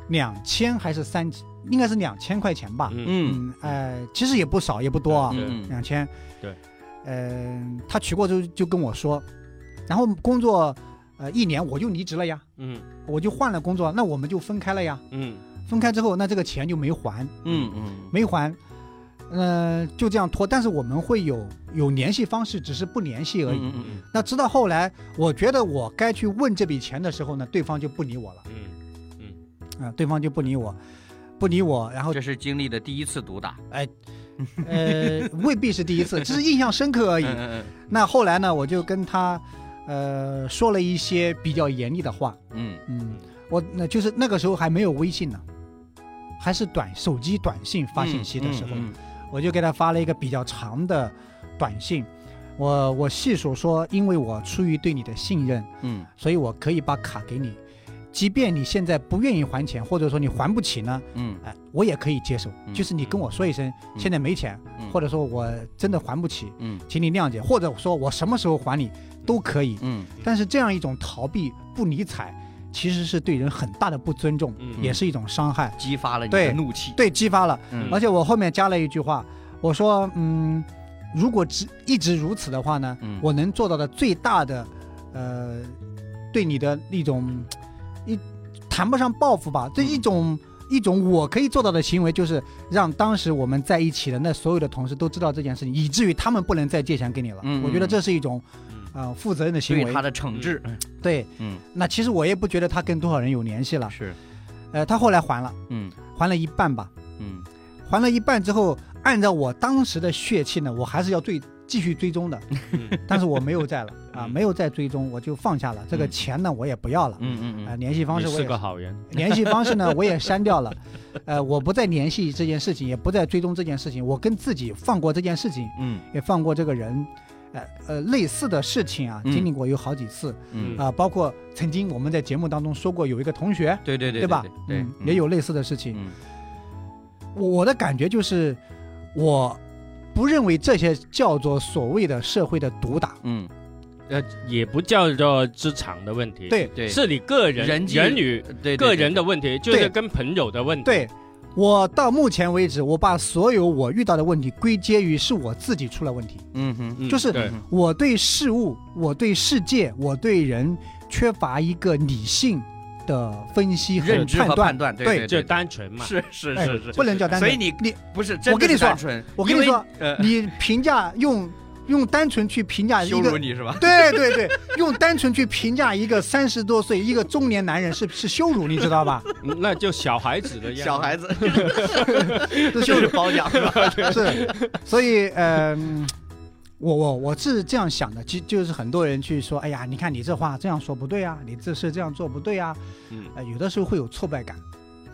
两千还是三，应该是两千块钱吧。
嗯，
嗯
呃，其实也不少，也不多啊，
嗯嗯
两千。
对，
嗯、他取过之后就跟我说，然后工作呃一年我就离职了呀，
嗯
我就换了工作，那我们就分开了呀。
嗯
分开之后，那这个钱就没还，
嗯嗯，
没还，呃，就这样拖。但是我们会有有联系方式，只是不联系而已。
嗯嗯
嗯
那直到后来，我觉得我该去问这笔钱的时候呢，对方就不理我了，
嗯，
啊、对方就不理我，不理我，然后
这是经历的第一次毒打
*laughs* 呃，未必是第一次，只是印象深刻而
而
已。
嗯
那后来呢，我就跟他，呃，说了一些比较严厉的话，
嗯
嗯，我那就是那个时候还没有微信呢，还是短手机短信发信息的时候，
嗯
我就给他发了一个比较长的短信，我我细数说，因为我出于对你的信任，
嗯
所以我可以把卡给你，即便你现在不愿意还钱，或者说你还不起呢，
嗯
哎、我也可以接受，
嗯
就是你跟我说一声，
嗯
现在没钱，
嗯
或者说我真的还不起，
嗯
请你谅解，或者说我什么时候还你都可以。
嗯
但是这样一种逃避不理睬，其实是对人很大的不尊重，
嗯
也是一种伤害，
激发了你的怒气。
对激发了。
嗯
而且我后面加了一句话，我说，嗯，如果只一直如此的话呢，
嗯
我能做到的最大的，呃，对你的一种一谈不上报复
嗯
吧，这一种一种我可以做到的行为，就是让当时我们在一起的那所有的同事都知道这件事情，以至于他们不能再借钱给你了。
嗯
我觉得这是一种呃负责任的行
对
为。
他的惩治，
对，
嗯，
那其实我也不觉得他跟多少人有联系了。
是，
呃，他后来还了，
嗯
还了一半吧，
嗯
还了一半之后，按照我当时的血气呢，我还是要追继续追
*laughs*
踪的，
嗯
但是我没有再了啊，
嗯
没有再追踪，我就放下了。这个
嗯
钱呢，我也不要了，
嗯嗯
啊，
嗯，
联系方
你
式我
是
也
个好人，
联系方式呢，我也删掉了，呃，我不再联系这件事情，也不再追踪这件事情，我跟自己放过这件事情，
嗯
也放过这个人，呃呃，类似的事情啊，
嗯
经历过有好几次
嗯
啊、，包括曾经我们在节目当中说过，有一个同学，
对对对
吧？
对
嗯，，也，有类似的事情。
嗯
我我的感觉就是，我不认为这些叫做所谓的社会的毒打，
嗯，
呃，也不叫做职场的问题，，
对
对，
是你个人
人际
人与
对
个人
的，
的问题，就是
对
跟朋友的问题，
对。我到目前为止，我把所有我遇到的问题归结于是我自己出了问题。
嗯哼，
嗯，
就是
对，
我对事物、我对世界、我对人缺乏一个理性的分析
认知
判
和
断
判。断，对
对
就单纯嘛，
是是
哎
是是，
不能叫单
所
纯。
以你
你
不是，
我跟你
真的
说
是单纯
我跟你说，
因为
你评价用用单纯去评价
呃，
一
羞辱
个，
你是吧？
*laughs* 对对对，用单纯去评价一个三十多岁一个中年男人是是羞辱，你知道吧？
嗯那就小孩子的样子，
小孩子
是羞
就是
辱
*laughs* 包养
*laughs*
是吧？
是，所以呃，嗯我我我是这样想的，就就是很多人去说，哎呀，你看你这话这样说不对啊，你这事这样做不对啊，
嗯
呃，有的时候会有挫败感，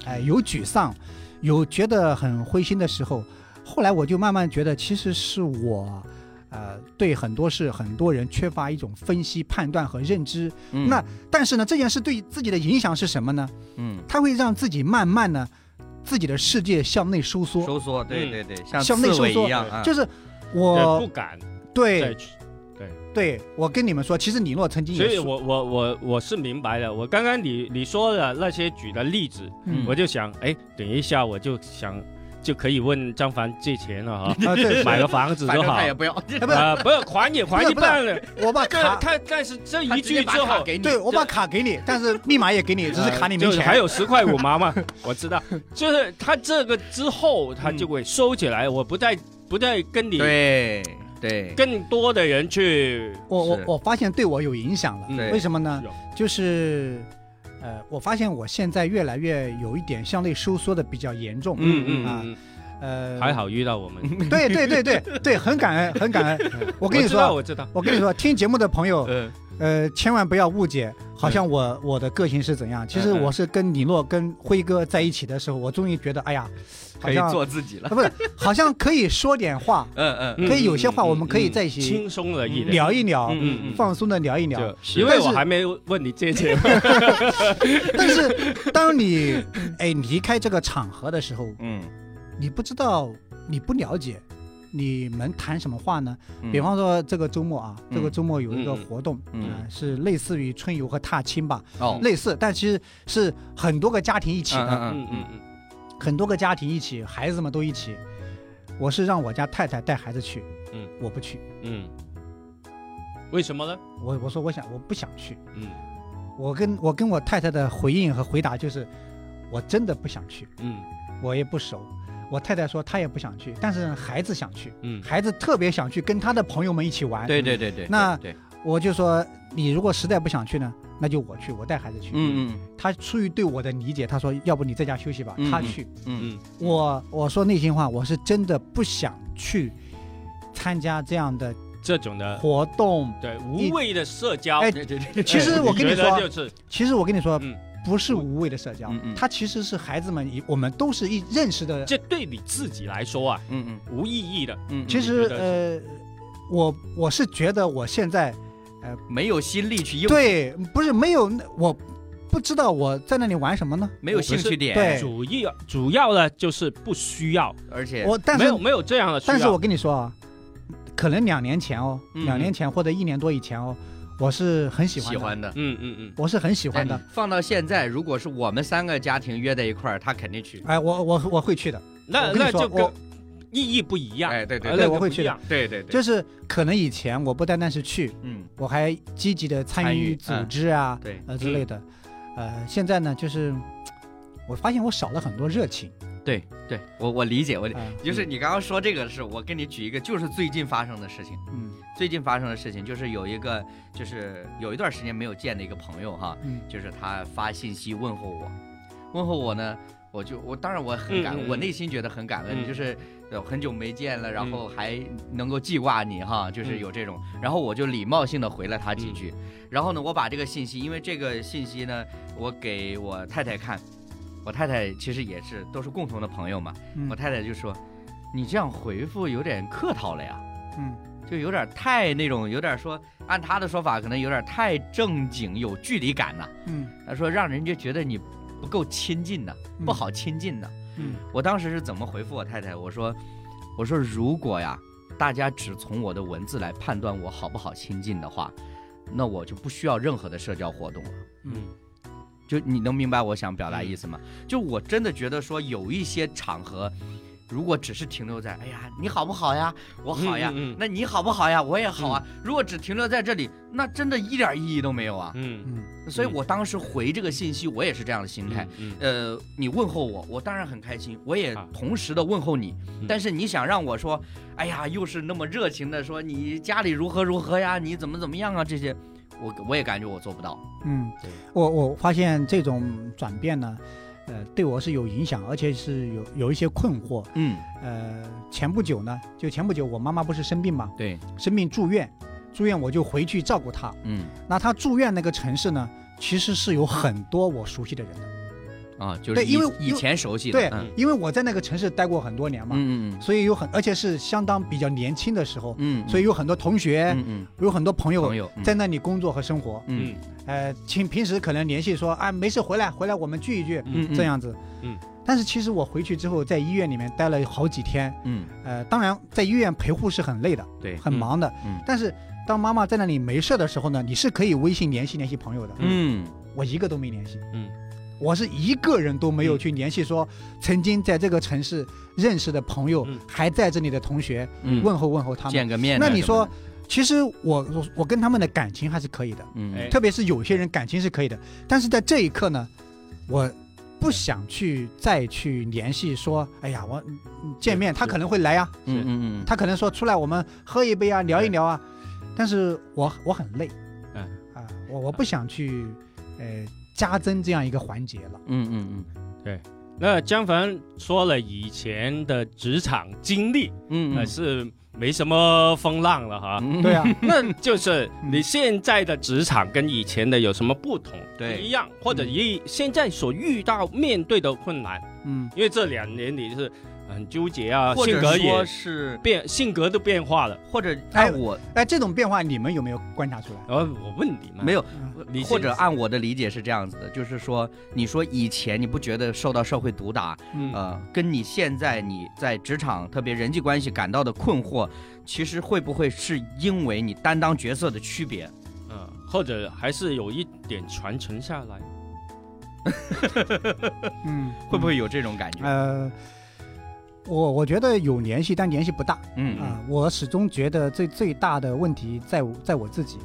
哎、有沮丧，有觉得很灰心的时候。后来我就慢慢觉得，其实是我，呃，对很多事、很多人缺乏一种分析、判断和认知。
嗯
那但是呢，这件事对自己的影响是什么呢？
嗯，
它会让自己慢慢呢，自己的世界向内收缩，
收缩，对
嗯
对对，像
向内
刺
收
猬
缩
一样啊，
就是
对
我
不敢
哦对
再去。
对，我跟你们说，其实李诺曾经
所
也
以
说，
我我我我是明白的。我刚刚你你说的那些举的例子，
嗯
我就想，哎，等一下我就想就可以问张凡借钱
*laughs*
了哈 *laughs*
啊，对，
买个房子
反
就
正
好
他。也不要， *laughs*
哎不是
啊，不要还也还
不是
一半
*laughs*
了，
我把
但
卡，
但但是这
他
一
直接
句
把
之
卡
后，
给你，
对我把卡给你，但是密码也给你，只是卡里
就
没
是还
钱。
有十块五
*laughs*
毛嘛，我知道，就是他这个之后他就会收起来，我不再不再跟你
对对，
更多的人去，
我我
是
我发现对我有影响了，
嗯
对
为什么呢
有？
就是，呃，我发现我现在越来越有一点向内收缩的比较严重。
嗯
啊
嗯
呃，
嗯，还。好遇到我们，
对对对对对，很感恩，很感恩。
*laughs*
我
我
跟你
知道
说，啊
我知道，
我跟你说，听节目的朋友，
嗯
呃，千万不要误解，好像我我的个性是怎样。其实
嗯嗯
我是跟李诺、跟辉哥在一起的时候，我终于觉得，哎呀，好
可以
像
做自己了
啊，，不是，好像可以说点
*laughs*
话，
嗯嗯嗯
可以有些话
嗯嗯
我们可以
嗯
在一起
轻松了一点，
聊一聊，
嗯嗯，
放松的聊一聊。
就因为
但是嗯
我还没问你借钱，
*laughs* 但是当你哎离开这个场合的时候，
嗯，
你不知道，你不了解，你们谈什么话呢？
嗯
比方说这个周末啊，
嗯
这个周末有一个
嗯嗯
活动，
嗯
啊是类似于春游和踏青吧，
哦，
类似，但其实是很多个家庭一起
嗯
的，
嗯
嗯
嗯嗯，
很多个家庭一起，孩子们都一起。我是让我家太太带孩子去，
嗯，
我不去，
嗯，为什么呢？
我我说我想我不想去，
嗯
我跟我跟我太太的回应和回答就是，我真的不想去，
嗯
我也不熟。我太太说她也不想去，但是孩子想去，
嗯
孩子特别想去，跟他的朋友们一起玩。，
对对对对，
那
对，对
我就说你如果实在不想去呢，那就我去，我带孩子去。
嗯
他出于对我的理解，他说要不你在家休息吧，
嗯
他
嗯
去。
嗯嗯
嗯
我我说内心话，我是真的不想去参加这样的
这种的
活动。
对无谓的社交，
哎
对对对，
其实我跟你
觉得
说，啊
就是
其实我跟你说，
嗯
不是无谓的社交
嗯，嗯
它其实是孩子们，我们都是一认识的。
这对你自己来说啊
嗯嗯
无意义的，
嗯，
其
嗯
实
你觉
呃，我我是觉得我现在
没有心力去应，
对不是没有那我不知道我在那里玩什么呢？
没有兴趣点，
对
主要主要呢就是不需要，
而且
我但
没
是
有没有这样的需
但是我
要，
跟你说啊，可能两年前哦，
嗯
两年前或者一年多以前哦，我是很喜欢
喜
的，
欢的。
嗯嗯嗯，
我是很喜欢
哎
的。
放到现在，如果是我们三个家庭约在一块儿，他肯定去。
哎，我我我会去的，
那
我跟你
那
说
就
我
跟意义不一样，
哎，对对
呃
对
那
我
个
会
不
去
一
的
样，
对对对，
就是可能以前我不单单是去，
嗯，
我还积极的参
参
与
与
组
嗯
织啊，
对，
呃之类的。呃，现在呢，就是我发现我少了很多热情。
对对，我我理解，我理嗯
啊
就是你刚刚说这个事，我跟你举一个，就是最近发生的事情。
嗯
最近发生的事情就是有一个，就是有一段时间没有见的一个朋友哈，
嗯
就是他发信息问候我，问候我呢，我就我当然我很感，
嗯嗯
我内心觉得很感恩，
嗯
就是呃很久没见了，然后还能够记挂你
嗯
哈，就是有这种，然后我就礼貌性的回了他几句，
嗯
然后呢，我把这个信息，因为这个信息呢，我给我太太看，我太太其实也是都是共同的朋友嘛，
嗯
我太太就说，你这样回复有点客套了呀。
嗯
就有点太那种，有点说，按他的说法，可能有点太正经，有距离感呐、
嗯
他说让人家觉得你不够亲近呐，
嗯
不好亲近呐。
嗯
我当时是怎么回复我太太？我说，我说如果呀，大家只从我的文字来判断我好不好亲近的话，那我就不需要任何的社交活动了。
嗯
就你能明白我想表达意思吗？就我真的觉得说有一些场合，如果只是停留在哎呀你好不好呀，我好呀，
嗯嗯嗯
那你好不好呀，我也好啊。如果只停留在这里，那真的一点意义都没有啊。
嗯，
嗯
所以我当时回这个信息，我也是这样的心态。
嗯，
呃，你问候我，我当然很开心，我也
啊
同时的问候你。
嗯
但是你想让我说，哎呀，又是那么热情的说你家里如何如何呀，你怎么怎么样啊这些，我我也感觉我做不到。
嗯
对，
我我发现这种转变呢，呃，对我是有影响，而且是有有一些困惑。
嗯，
呃，前不久呢，就前不久我妈妈不是生病嘛，
对，
生病住院，住院我就回去照顾她。
嗯
那她住院那个城市呢，其实是有很多我熟悉的人的，
啊，就是
对
以
因为
以前熟悉的，
对
嗯
因为我在那个城市待过很多年嘛，
嗯
所以有很而且是相当比较年轻的时候，
嗯嗯，
所以有很多同学，
嗯嗯
有很多朋友
朋友嗯
在那里工作和生活。
嗯
呃，请平时可能联系说啊，没事回来，回来我们聚一聚，
嗯嗯
这样子。
嗯。
但是其实我回去之后，在医院里面待了好几天。
嗯
呃，当然在医院陪护是很累的，
对
很忙的。
嗯
但是当妈妈在那里没事的时候呢，你是可以微信联系联系朋友的。
嗯
我一个都没联系。
嗯。
我是一个人都没有去联系，说曾经在这个城市认识的朋友，
嗯
还在这里的同学，
嗯，
问候问候他们。
见个面啊
那
什么的，
你说，其实我我我跟他们的感情还是可以的，
嗯
哎
特别是有些人感情是可以的，但是在这一刻呢，我不想去再去联系说，哎呀，我嗯见面
是
他可能会来呀、
嗯嗯嗯，
他可能说出来我们喝一杯啊，聊一聊啊，但是我我很累，
嗯
啊，我我不想去呃加增这样一个环节
*laughs*
了，
嗯嗯嗯
那江凡说了以前的职场经历，
嗯，
那
嗯
是没什么风浪
*laughs*
了哈。
嗯
对啊，
那就是
嗯
你现在的职场跟以前的有什么不同？
对
不一样，或者以现在所遇到面对的困难，
嗯
因为这两年你是很纠结啊，
嗯或
性
者
格
说
也
是，
变，性格都变化了。
或者
哎
按我
哎，这种变化你们有没有观察出来？
然后我问你嘛，
没有。
嗯
你
或者
先
按我的理解是这样子的，就是说，你说以前你不觉得受到社会毒打，
嗯
呃，跟你现在你在职场特别人际关系感到的困惑，其实会不会是因为你担当角色的区别？
嗯，或者还是有一点传承下来。
嗯，
会不会有这种感觉？
呃，我我觉得有联系，但联系不大啊、
嗯，嗯
我始终觉得最最大的问题在我在我自己，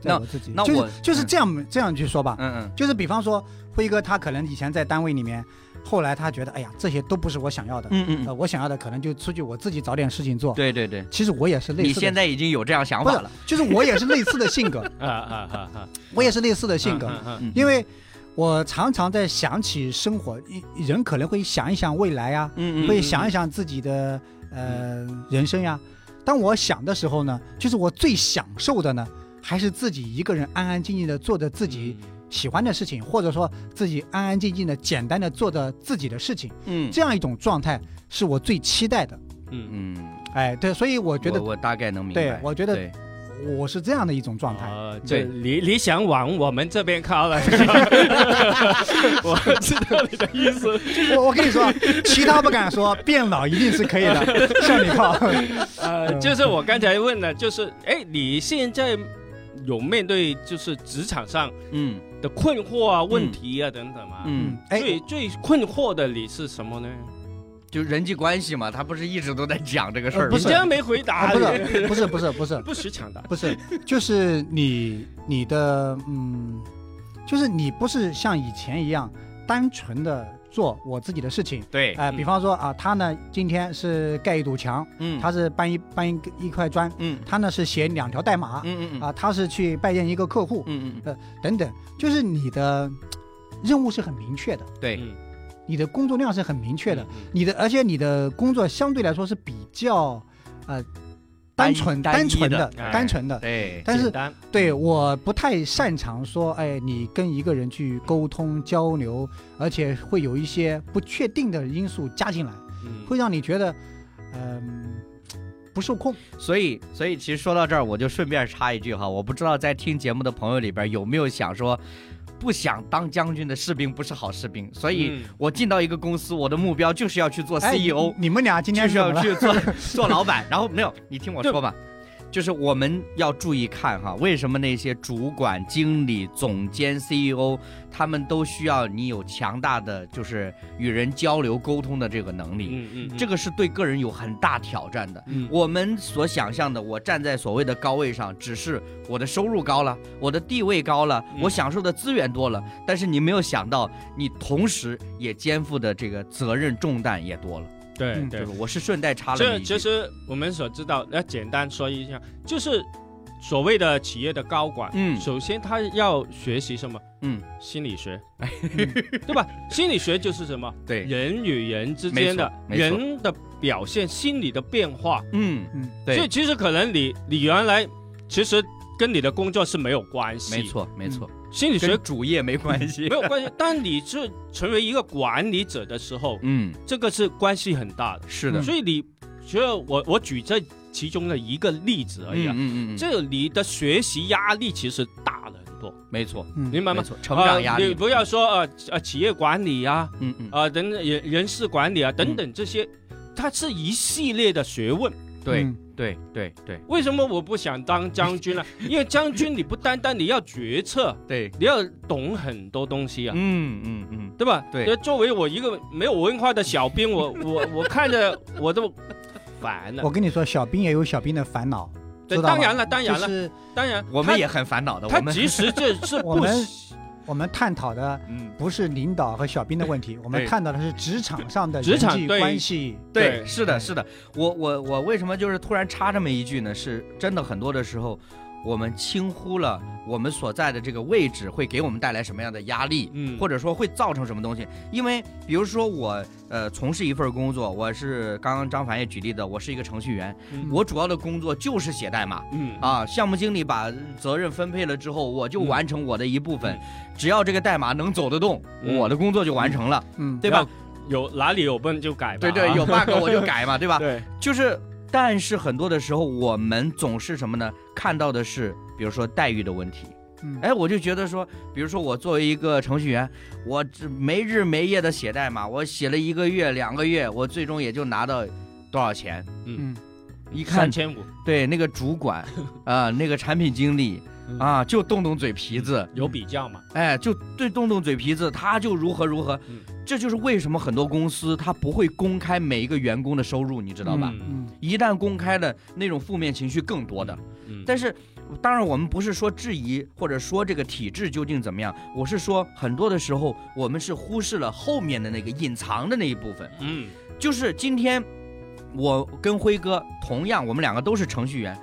在我自己。
那那
就是
我
就是
嗯
这样、这样去说吧，
嗯嗯。
就是比方说辉哥他可能以前在单位里面，后来他觉得哎呀这些都不是我想要的，
嗯嗯
呃
嗯，
我想要的可能就出去我自己找点事情做。
对对对，
其实我也是类
你
似的
现。在已经有这样想
不
法
是
了。，
就是我也是类似的性
*laughs*
格，
啊啊啊啊！
我也是类似的性格，
嗯嗯嗯
嗯
因为我常常在想起生活，一人可能会想一想未来啊，
嗯嗯
会想一想自己的呃人生呀。当我想的时候呢，就是我最享受的呢，还是自己一个人安安静静的做着自己
嗯
喜欢的事情，或者说自己安安静静的、简单的做着自己的事情，
嗯
这样一种状态是我最期待的。
嗯，
嗯，
哎，对，所以我
我
觉得
我大概能明白。
对我觉得
对
我是这样的一种状态。
啊，
对
这理理想往我们这边靠了。我知道你的意思。
我我跟你说，其他不敢说，变老一定是可以的，向你靠。
嗯
*laughs* 呃，就是我刚才问了，就是哎，你现在有面对就是职场上
嗯
的困惑啊、问题啊等等吗？
嗯，
哎，
最最困惑的你是什么呢？
就人际关系嘛，他不是一直都在讲这个事儿吗？
呃不
你
是
竟然没回
啊
答，
不
你
是，不是，不是，不是，
不识抢答。
不是，就是你你的嗯，就是你不是像以前一样单纯的做我自己的事情。
对，
呃，比方说啊，他呢今天是盖一堵墙，
嗯，
他是搬一搬一一块砖，
嗯，
他呢是写两条代码，
嗯嗯嗯，
啊，他是去拜见一个客户，
嗯嗯嗯，
呃，等等，就是你的任务是很明确的，
对，
嗯，
你的工作量是很明确的，
嗯，嗯
你的而且你的工作相对来说是比较呃
单
单
一
纯
单一
纯
的
的
哎
单纯的，
*laughs* 对，
但
简
是
单
对我不太擅长说，哎，你跟一个人去沟通交流，而且会有一些不确定的因素加进来，
嗯
会让你觉得嗯、不受控。
所以，所以其实说到这儿，我就顺便插一句哈，我不知道在听节目的朋友里边有没有想说，不想当将军的士兵不是好士兵，所以
嗯
我进到一个公司，我的目标就是要去做
哎
CEO，、
你们俩今
E 就
天
是
怎么
要
了？
去做 *laughs* 做老板。然后没有，你听我说吧，就是我们要注意看哈，为什么那些主管、经理、总监、CEO，他们都需要你有强大的就是与人交流沟通的这个能力，
嗯嗯，
这个是对个人有很大挑战的。
嗯
我们所想象的，我站在所谓的高位上，只是我的收入高了，我的地位高了，
嗯
我享受的资源多了。但是你没有想到，你同时也肩负的这个责任重担也多了。
对
嗯
对
就是，我是顺带插了
这
你一句
其实我们所知道，那简单说一下，就是所谓的企业的高管，
嗯
首先他要学习什么？
嗯，
心理
*laughs*
学，
嗯
对吧？心理学就是什么？
对，
人与人之间的
没错没错
人的表现、心理的变化。
嗯
嗯，
所以
对，
其实可能你你原来其实跟你的工作是没有关系，
没，错没错，
心理学
跟主业没关系
*laughs* 没。有关系。但你是成为一个管理者的时候，
嗯，
这个是关系很大的。
是的，
所以你只有我我举这其中的一个例子而已、
嗯
啊，
嗯嗯嗯，
这你的学习压力其实大了很多，
没错，
嗯
明白
没
吗？
错，成长压
呃
力
你，不要说呃呃企业管理啊，
嗯嗯，
呃等等人人事管理啊等等这些，它是一系列的学问。
对
嗯
对对对
为什么我不想当将军呢、因为将军你不单单你要决策，
对，
你要懂很多东西啊。
嗯嗯嗯，
对吧？
对
呃作为我一个没有文化的小兵，我我我看着我都烦了
我。跟你说，小兵也有小兵的烦恼，
对，
知道吗
当然了，当然
就
了，
是
当然，
我
他
们也很烦恼的，
他
我们
其
*laughs*
实这是
我
不
们
喜
我们探讨的
嗯。
不是领导和小兵的问题，我们
对
探讨的是职场上的
职
人
场
际
对
关系。
对，嗯
对
是的，
对
是的。我我我为什么就是突然插这么一句呢？是真的，很多的时候，我们轻忽了我们所在的这个位置会给我们带来什么样的压力，
嗯
或者说会造成什么东西。因为比如说我呃从事一份工作，我是刚刚张凡也举例的，我是一个程序员，
嗯
我主要的工作就是写代码。
嗯
啊，项目经理把责任分配了之后，我就
嗯
完成我的一部分，
嗯
只要这个代码能走得动，
嗯
我的工作就完成了，
嗯，
对吧？
有哪里有笨就改吧。
对对，*laughs*
啊
有啊 bug 我就改嘛，对吧？
对，
就是，但是很多的时候，我们总是什么呢？看到的是，比如说待遇的问题。
嗯，
哎，我就觉得说，比如说我作为一个程序员，我这没日没夜的写代码，我写了一个月、两个月，我最终也就拿到多少钱？
嗯，
一看
三，千五
对那个主管，
*laughs*
啊、那个产品经理
嗯，
啊，就动动嘴皮子，
有比较嘛？
哎，就对动动嘴皮子，他就如何如何
嗯。
这就是为什么很多公司他不会公开每一个员工的收入，你知道吧？
嗯，
一旦公开了，那种负面情绪更多的。
嗯，
但是，当然我们不是说质疑或者说这个体制究竟怎么样，我是说很多的时候我们是忽视了后面的那个隐藏的那一部分。
嗯
就是今天，我跟辉哥同样，我们两个都是程序员，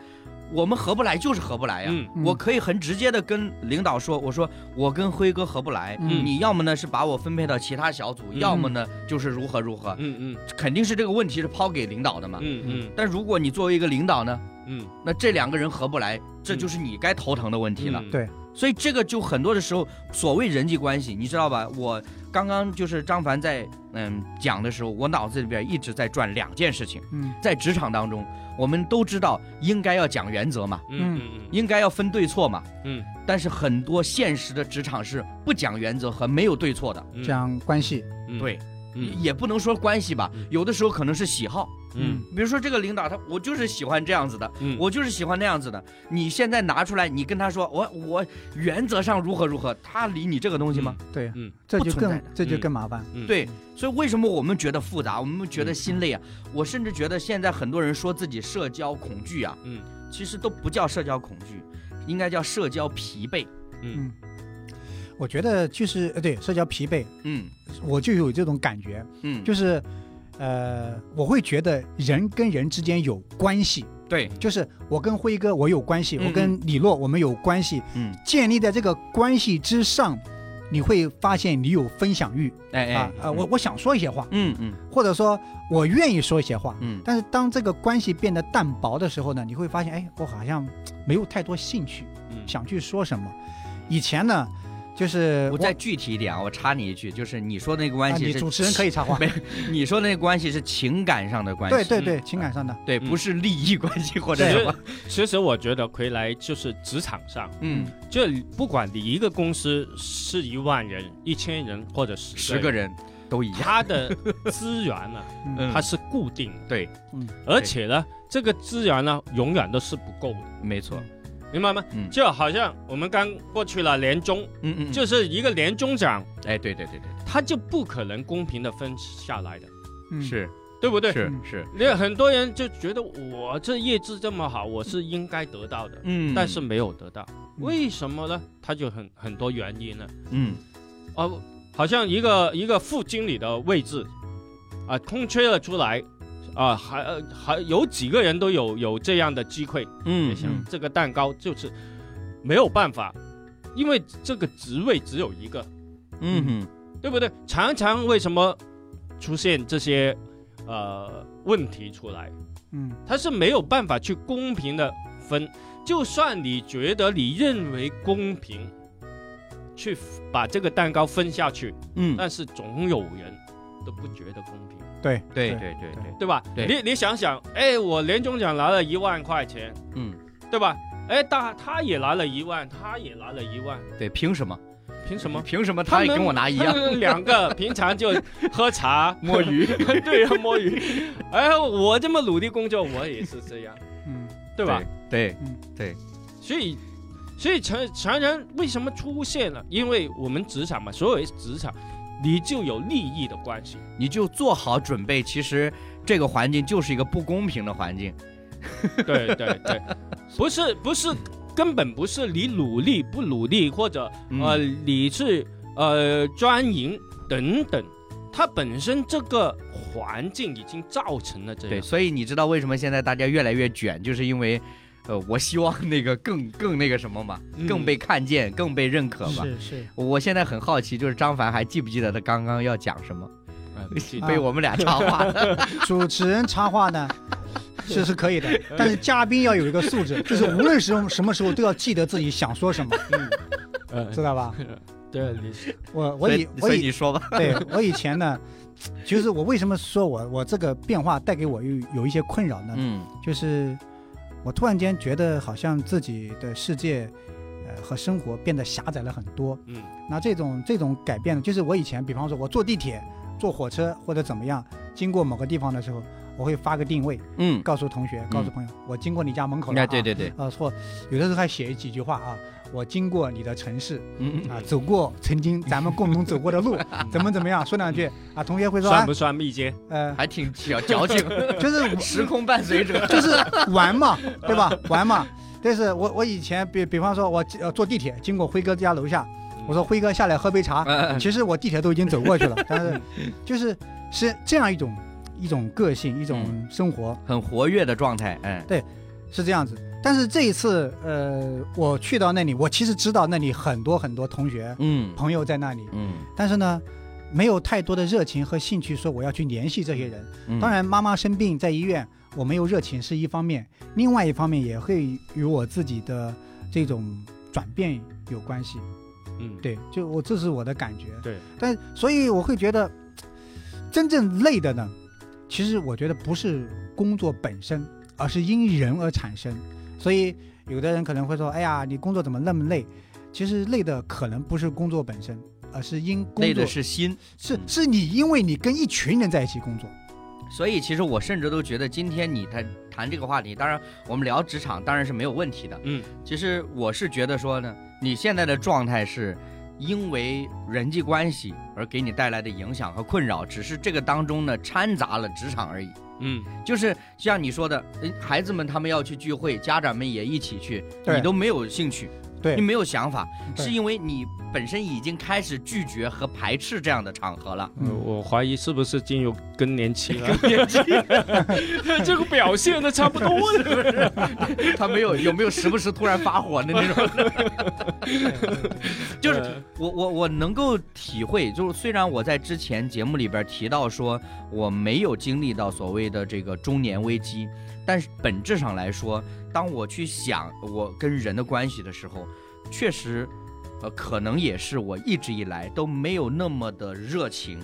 我们合不来就是合不哎来呀。
嗯
嗯
我可以很直接的跟领导说，我说我跟辉哥合不来，
嗯
你要么呢是把我分配到其他小组，
嗯
要么呢就是如何如何，
嗯嗯
肯定是这个问题是抛给领导的嘛。
嗯
但如果你作为一个领导呢，
嗯嗯，
那这两个人合不来，这就是你该头疼的问题了。
嗯
对
所以这个就很多的时候，所谓人际关系，你知道吧？我刚刚就是张凡在嗯讲的时候，我脑子里边一直在转两件事情。
嗯
在职场当中，我们都知道应该要讲原则嘛，
嗯嗯嗯
应该要分对错嘛。
嗯
但是很多现实的职场是不讲原则和没有对错的。
嗯，
讲关系，
嗯
对，
嗯
也不能说关系吧
嗯，
有的时候可能是喜好。
嗯
比如说这个领导他，我就是喜欢这样子的，
嗯，
我就是喜欢那样子的。你现在拿出来，你跟他说我我原则上如何如何，他理你这个东西吗？
对，啊
嗯
这
不
就
存在
更
的
这就
嗯
更麻烦。
嗯
对，所以为什么我们觉得复杂，我们觉
嗯
得心累啊？我甚至觉得现在很多人说自己社交恐惧啊，
嗯，
嗯其实都不叫社交恐惧，应该叫社交疲惫。
嗯
我觉得就是呃，对，社交疲惫，
嗯
我就有这种感觉，
嗯，
就是，呃，我会觉得人跟人之间有关系，
对，
就是我跟辉哥我有关系，
嗯
我跟李洛我们有关系，
嗯，
建立在这个关系之上，你会发现你有分享欲
哎哎
啊，，呃，我我想说一些话，
嗯嗯
或者说我愿意说一些话，
嗯
但是当这个关系变得淡薄的时候呢，你会发现，哎，我好像没有太多兴趣
嗯
想去说什么。以前呢，就是
嗯，我再具体一点啊，我插你一句，就是你说那个
呃啊
关系
你
是
主持人可以插话，
*laughs* 没你说那个关系是情感上的关系，
对对对，情感上的，
对，
嗯
不是利益关系或者
其
什
实
么，
其实我觉得回来就是职场上，
嗯，
就不管你一个公司是一万人、一千人或者十
十个，人都一样，
它的资源呢，
嗯
它是固定的，
对，
嗯，
而且呢，这个资源呢，永远都是不够的，
没错，
明白吗？
嗯
就好像我们刚过去了年终，
嗯嗯，，
就是是一个年终奖，
哎，对对对对，
它就不可能公平的分下来的，
嗯，
是
对不对？
是
嗯
是，
因为很多人就觉得我这业绩这么好，我是应该得到的，
嗯
但是没有得到，
嗯
为什么呢？他就很很多原因呢。
嗯
哦，好像一个一个副经理的位置，啊，空缺了出来，啊，还呃还有几个人都有有这样的机会，哎
嗯
行
嗯
这个蛋糕就是没有办法，因为这个职位只有一个，
嗯哼
对不对？常常为什么出现这些呃问题出来？
嗯
他是没有办法去公平的分。就算你觉得你认为公平，去把这个蛋糕分下去，
嗯，
但是总有人都不觉得公平，
对
对对对对，
对吧？
对
你你想想，哎，我年终奖拿了一万块钱，
嗯
对吧？哎，他他也拿了一万，他也拿了一万，
嗯对，凭什么？
凭什么？
凭什么他也
们
跟我拿一样
他？们两个平常就喝茶
哎 *laughs* 摸鱼，
*laughs* 对呀、摸鱼。哎，我这么努力工作，我也是这样，
嗯
对吧？？
对
所以，所以常常人为什么出现了？因为我们职场嘛，所有职场，你就有利益的
*laughs*
关系。
你就做好准备，其实这个环境就是一个不公平的环境。
对对对，不是不是，根本不是你努力不努力，或者、呃
嗯
你是呃专营等等，它本身这个环境已经造成了这
对，啊
样。
所以你知道为什么现在大家越来越卷，就是因为，呃，我希望那个更更那个什么嘛，
嗯
更被看见，更被认可嘛。*laughs*
是是，
我现在很好奇，就是张凡还记不记得他刚刚要讲什么？
呃不
啊
记得
被我们俩插话了。
主持人插话呢。
*laughs*
是是可以的，但是嘉宾要有一个素质，就是无论是用什么时候都要记得自己想说什么，
呃
知道吧？
对，你是
我 *laughs* 我
所
以
以
我
所以
以
你说 *laughs* 吧。
对我以前呢，其实我为什么说我我这个变化带给我有有一些困扰呢？
嗯
就是我突然间觉得好像自己的世界，呃，和生活变得狭窄了很多。
嗯
那这种这种改变呢，就是我以前，比方说我坐地铁、坐火车或者怎么样，经过某个地方的时候，我会发个定位，
嗯，
告诉同学、告诉朋友，我经过你家门口了、啊。
哎，对。对对，
啊，或有的时候还写几句话啊，我经过你的城市
嗯
啊，走过曾经咱们共同走过
*laughs*
的路，怎么怎么样，说两句啊，同学会说，
算
啊
不算密接？
呃，
还挺矫矫情，
就是
*laughs* 时空伴随者。
就是玩嘛，对吧？玩嘛。但是我我以前比比方说我呃坐地铁经过辉哥家楼下，我说辉哥下来喝杯茶，
嗯
其实我地铁都已经走过
*laughs*
去了，但是就是是这样一种一种个性一
嗯
种生活
*laughs* 很活跃的状态，哎，
是这样子。但是这一次呃我去到那里，我其实知道那里很多很多同学
嗯
朋友在那里，
嗯
但是呢。没有太多的热情和兴趣，说我要去联系这些人。
嗯，
当然，妈妈生病在医院，我没有热情是一方面，另外一方面也会与我自己的这种转变有关系。
嗯，
对，就我这是我的感觉。
对，
但所以我会觉得，真正累的呢，其实我觉得不是工作本身，而是因人而产生。所以有的人可能会说：“哎呀，你工作怎么那么累？”其实累的可能不是工作本身，而是因工作
累的是心，
是
嗯
是你因为你跟一群人在一起工作。
所以其实我甚至都觉得今天你谈谈这个话题，当然我们聊职场当然是没有问题的。
嗯，
其实我是觉得说呢，你现在的状态是。因为人际关系而给你带来的影响和困扰，只是这个当中呢掺杂了职场而已。
嗯，
就是像你说的，诶孩子们他们要去聚会，家长们也一起去，
对
你都没有兴趣，
对
你没有想法，
对
是因为你本身已经开始拒绝和排斥这样的场合了。
呃
嗯
我怀疑是不是进入更年期了？ *laughs* 更年期，这个表现的差不多了。
他没有有没有时不时突然发火的那种？就是
呃
我我我能够体会，就是虽然我在之前节目里边提到说我没有经历到所谓的这个中年危机，但是本质上来说，当我去想我跟人的关系的时候，确实，呃，可能也是我一直以来都没有那么的热情，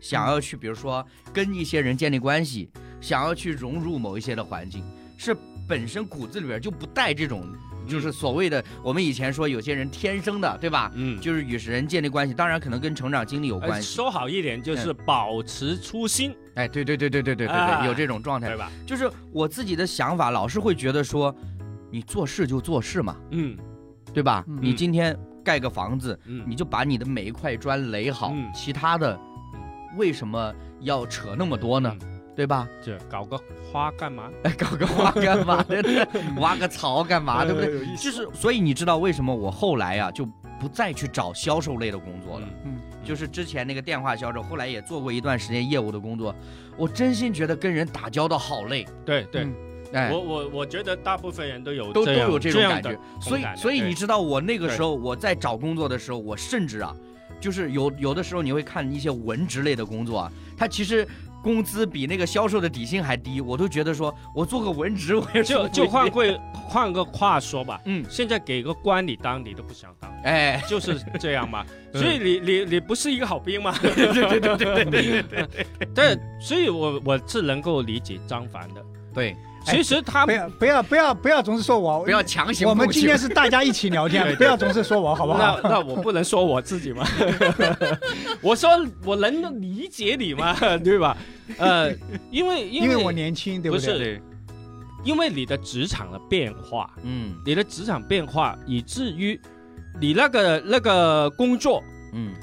想要去比如说跟一些人建立关系，想要去融入某一些的环境，是本身骨子里边就不带这种。 *laughs*
嗯
就是所谓的，我们以前说有些人天生的，对吧？
嗯，
就是与人建立关系，当然可能跟成长经历有
呃
关系。嗯
说好一点就是保持初心，
哎，对对对对对对对
啊
对，有这种状态
对。吧？
就是我自己的想法，老是会觉得说，你做事就做事嘛，
嗯
对吧？
嗯
你今天盖个房子，
嗯
你就把你的每一块砖垒好
嗯，
其他的为什么要扯那么多呢？
嗯
对吧？
这搞个花干嘛？
哎，搞个花干嘛？对
*laughs*
不对？挖个槽干嘛？对不对？
呃？有意思
就是，所以你知道为什么我后来呀、就不再去找销售类的工作了。
嗯
就是之前那个电话销售，后来也做过一段时间业务的工作，我真心觉得跟人打交道好累，
对对，
嗯
哎
我，我我觉得大部分人都有
都都
这样
有种
样
感
的
觉。
同
所以
感的
所以
对
你知道，我那个时候我在找工作的时候，我甚至啊，就是有有的时候你会看一些文职类的工作啊，它其实。工资比那个销售的底薪还低，我都觉得说，我做个文职，我也
就
*laughs* 受不
就
了
换会换个话说吧，
嗯，
现在给个官你当，你都不想当，
哎，
就是这样嘛。
嗯
所以你你你不是一个好兵吗？
对对对对对对
但所以我我是能够理解张凡的。
对，
哎
其实他
不要不要不要不要总是说我
不要强行
我们
共
今
情
天是大家一起聊天，不要总是说我好不好？
那那我不能说我自己吗？我说我能理解你吗？对吧？呃，因为因
因
为
为我年轻，对
不
对？
是，因为你的职场的变化，
嗯
你的职场变化，以至于你那个那个工作，
嗯，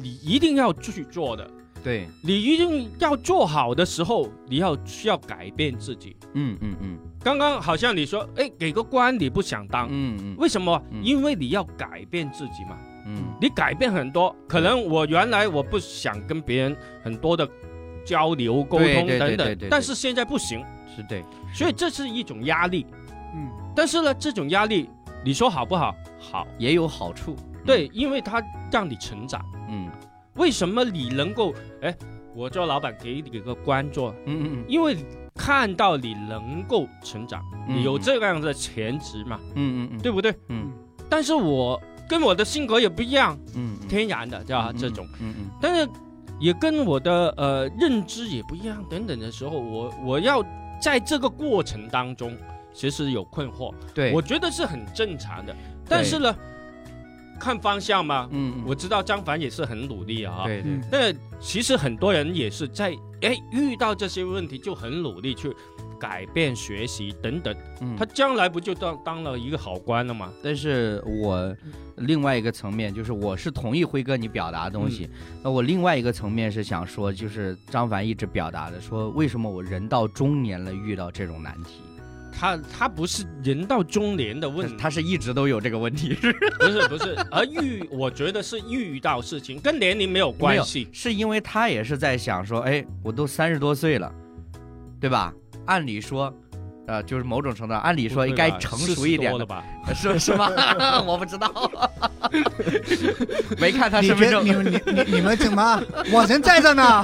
你一定要去做的，
对，
你一定要做好的时候，你要需要改变自己。
嗯嗯嗯
刚刚好像你说，哎，给个官你不想当，
嗯
为什么？
嗯
因为你要改变自己嘛。
嗯嗯，
你改变很多，可能我原来我不想跟别人很多的交流、沟
对
通
对对
等
对对
等
对，
但是现在不行，
是对，
所以这是一种压力。
嗯，
但是呢，这种压力你说好不好？好，
也有好处，
对，因为它让你成长。
嗯，
为什么你能够？哎，我做老板给你个官做，
嗯嗯
因为看到你能够成长，
嗯，
你有这样的潜质嘛，
嗯，嗯嗯嗯，
对不对？
嗯
但是我跟我的性格也不一样，
嗯，嗯
天然的，对吧？这种。，
嗯嗯
但是也跟我的呃认知也不一样等等的时候，我我要在这个过程当中，其实有困惑，
嗯，对，
我觉得是很正常的。但是呢，看方向嘛，
嗯，嗯
我知道张凡也是很努力啊。。
对对
嗯，
那其实很多人也是在哎遇到这些问题就很努力去改变、学习等等，
嗯
他将来不就当当了一个好官了吗？
但是我另外一个层面就是，我是同意辉哥你表达的东西。那我另外一个层面是想说，就是张凡一直表达的，说为什么我人到中年了遇到这种难题，
他他不是人到中年的问
他 *laughs*
题，
他是一直都有这个问题，
不是不是，而遇我觉得是遇到事情跟年龄没有关系，
是因为他也是在想说，哎，我都三十多岁了，对吧？按理说，呃，就是某种程度，上，按理
你
说应该成熟一点
了
的， *laughs*
吧？
是是吗？ *laughs* 我不知道，没看他
你
身份
觉得
证
你。们你你你们怎么？我人在这
*laughs*
呢，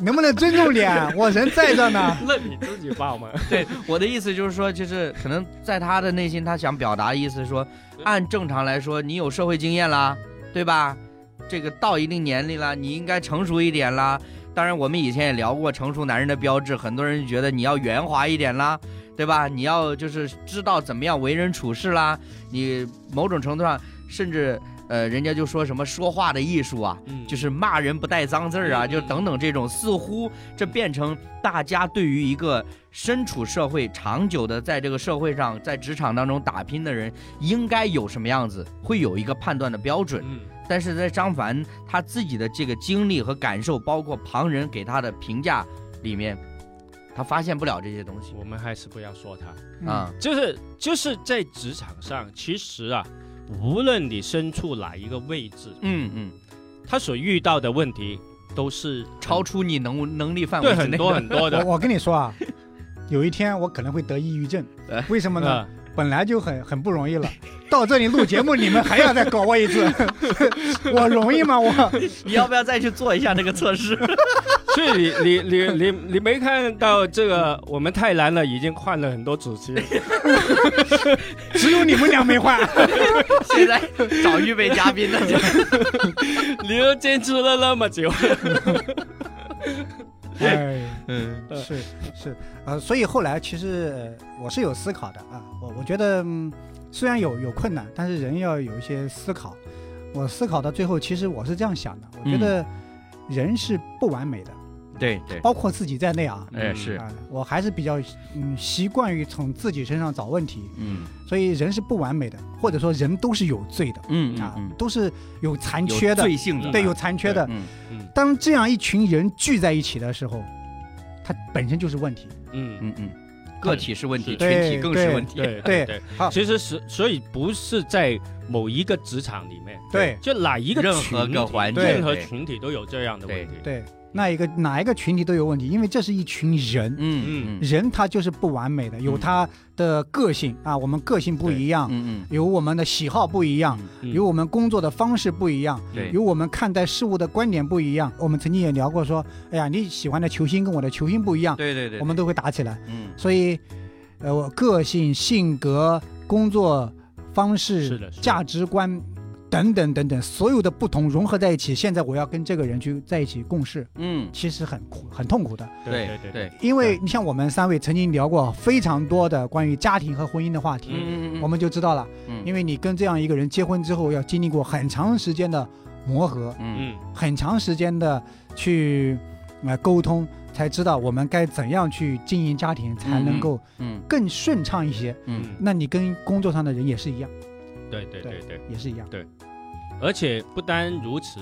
能不能尊重点？我人在这呢。
那你自己报
*laughs*
嘛。
对，我的意思就是说，就是可能在他的内心，他想表达的意思是说，按正常来说，你有社会经验啦，对吧？这个到一定年龄了，你应该成熟一点啦。当然，我们以前也聊过成熟男人的标志，很多人觉得你要圆滑一点啦，对吧？你要就是知道怎么样为人处事啦，你某种程度上甚至。呃，人家就说什么说话的艺术啊，
嗯
就是骂人不带脏字儿啊，
嗯
就等等这种，似乎这变成大家对于一个身处社会、长久的在这个社会上、在职场当中打拼的人，应该有什么样子，会有一个判断的标准。
嗯，
但是在张凡他自己的这个经历和感受，包括旁人给他的评价里面，他发现不了这些东西
我们还是不要说他，
*laughs*
嗯
啊。
就是就是在职场上，其实啊，无论你身处哪一个位置，
嗯嗯，
他所遇到的问题都是
超出你能能力范围
对
之
很
内
多 *laughs*
的。
很多的
*laughs* 我我跟你说啊，有一天我可能会得抑郁症
对，
为什么呢？
啊
本来就很很不容易了，到这里录节目，你们还要再搞我一次， *laughs* 我容易吗？我
你要不要再去做一下这个测试？ *laughs*
所以你你你你你没看到这个我们太难了，已经换了很多主持人，
只有你们俩没换，
现在找预备嘉宾呢？
*laughs* 你都坚持了那么久，
*laughs* 哎，
嗯
是是，呃，所以后来其实呃我是有思考的啊，我我觉得、嗯虽然有有困难，但是人要有一些思考。我思考到最后，其实我是这样想的，我觉
嗯
得人是不完美的，
对对，
包括自己在内啊。
哎是，
啊，我还是比较嗯习惯于从自己身上找问题，
嗯
所以人是不完美的，或者说人都是有罪的、
嗯嗯
啊，
嗯，
都是有残
有
缺的，
罪性的，
对，有残缺的。
嗯
当这样一群人聚在一起的时候，它本身就是问题。
嗯，
嗯嗯，个体是问题，群
是
体
对
更是问题。
对
对
对，
好
其实是所以不是在某一个职场里面，
对
就哪一个
任
群
何个
体
环
境
任何
对
群体都有这样的问题，
对，那一个哪一个群体都有问题，因为这是一群人，
嗯嗯
人他就是不完美的，有他的个性啊，我们个性不一样，
嗯嗯，
有我们的喜好不一样，
嗯
有我们工作的方式不一样。
对
有我们看待事物的观点不一样，我们曾经也聊过说，哎呀，你喜欢的球星跟我的球星不一样，
对对对，
啊我们都会打起来。
嗯
所以，呃，我个性、性格、工作方
是
式
的、是的
价值观等等等等，所有的不同融合在一起，现在我要跟这个人去在一起共事，
嗯
其实很苦、很痛苦的。
对
对
对，
对，
因为你像我们三位曾经聊过非常多的关于家庭和婚姻的话题，
嗯嗯
我们就知道了，
嗯
因为你跟这样一个人结婚之后，要经历过很长时间的磨合，
嗯
嗯
很长时间的去呃沟通，才知道我们该怎样去经营家庭，才能够
嗯
更顺畅一些。
嗯
那你跟工作上的人也是一样，
嗯对对对对，
也是一样。
而且不单如此，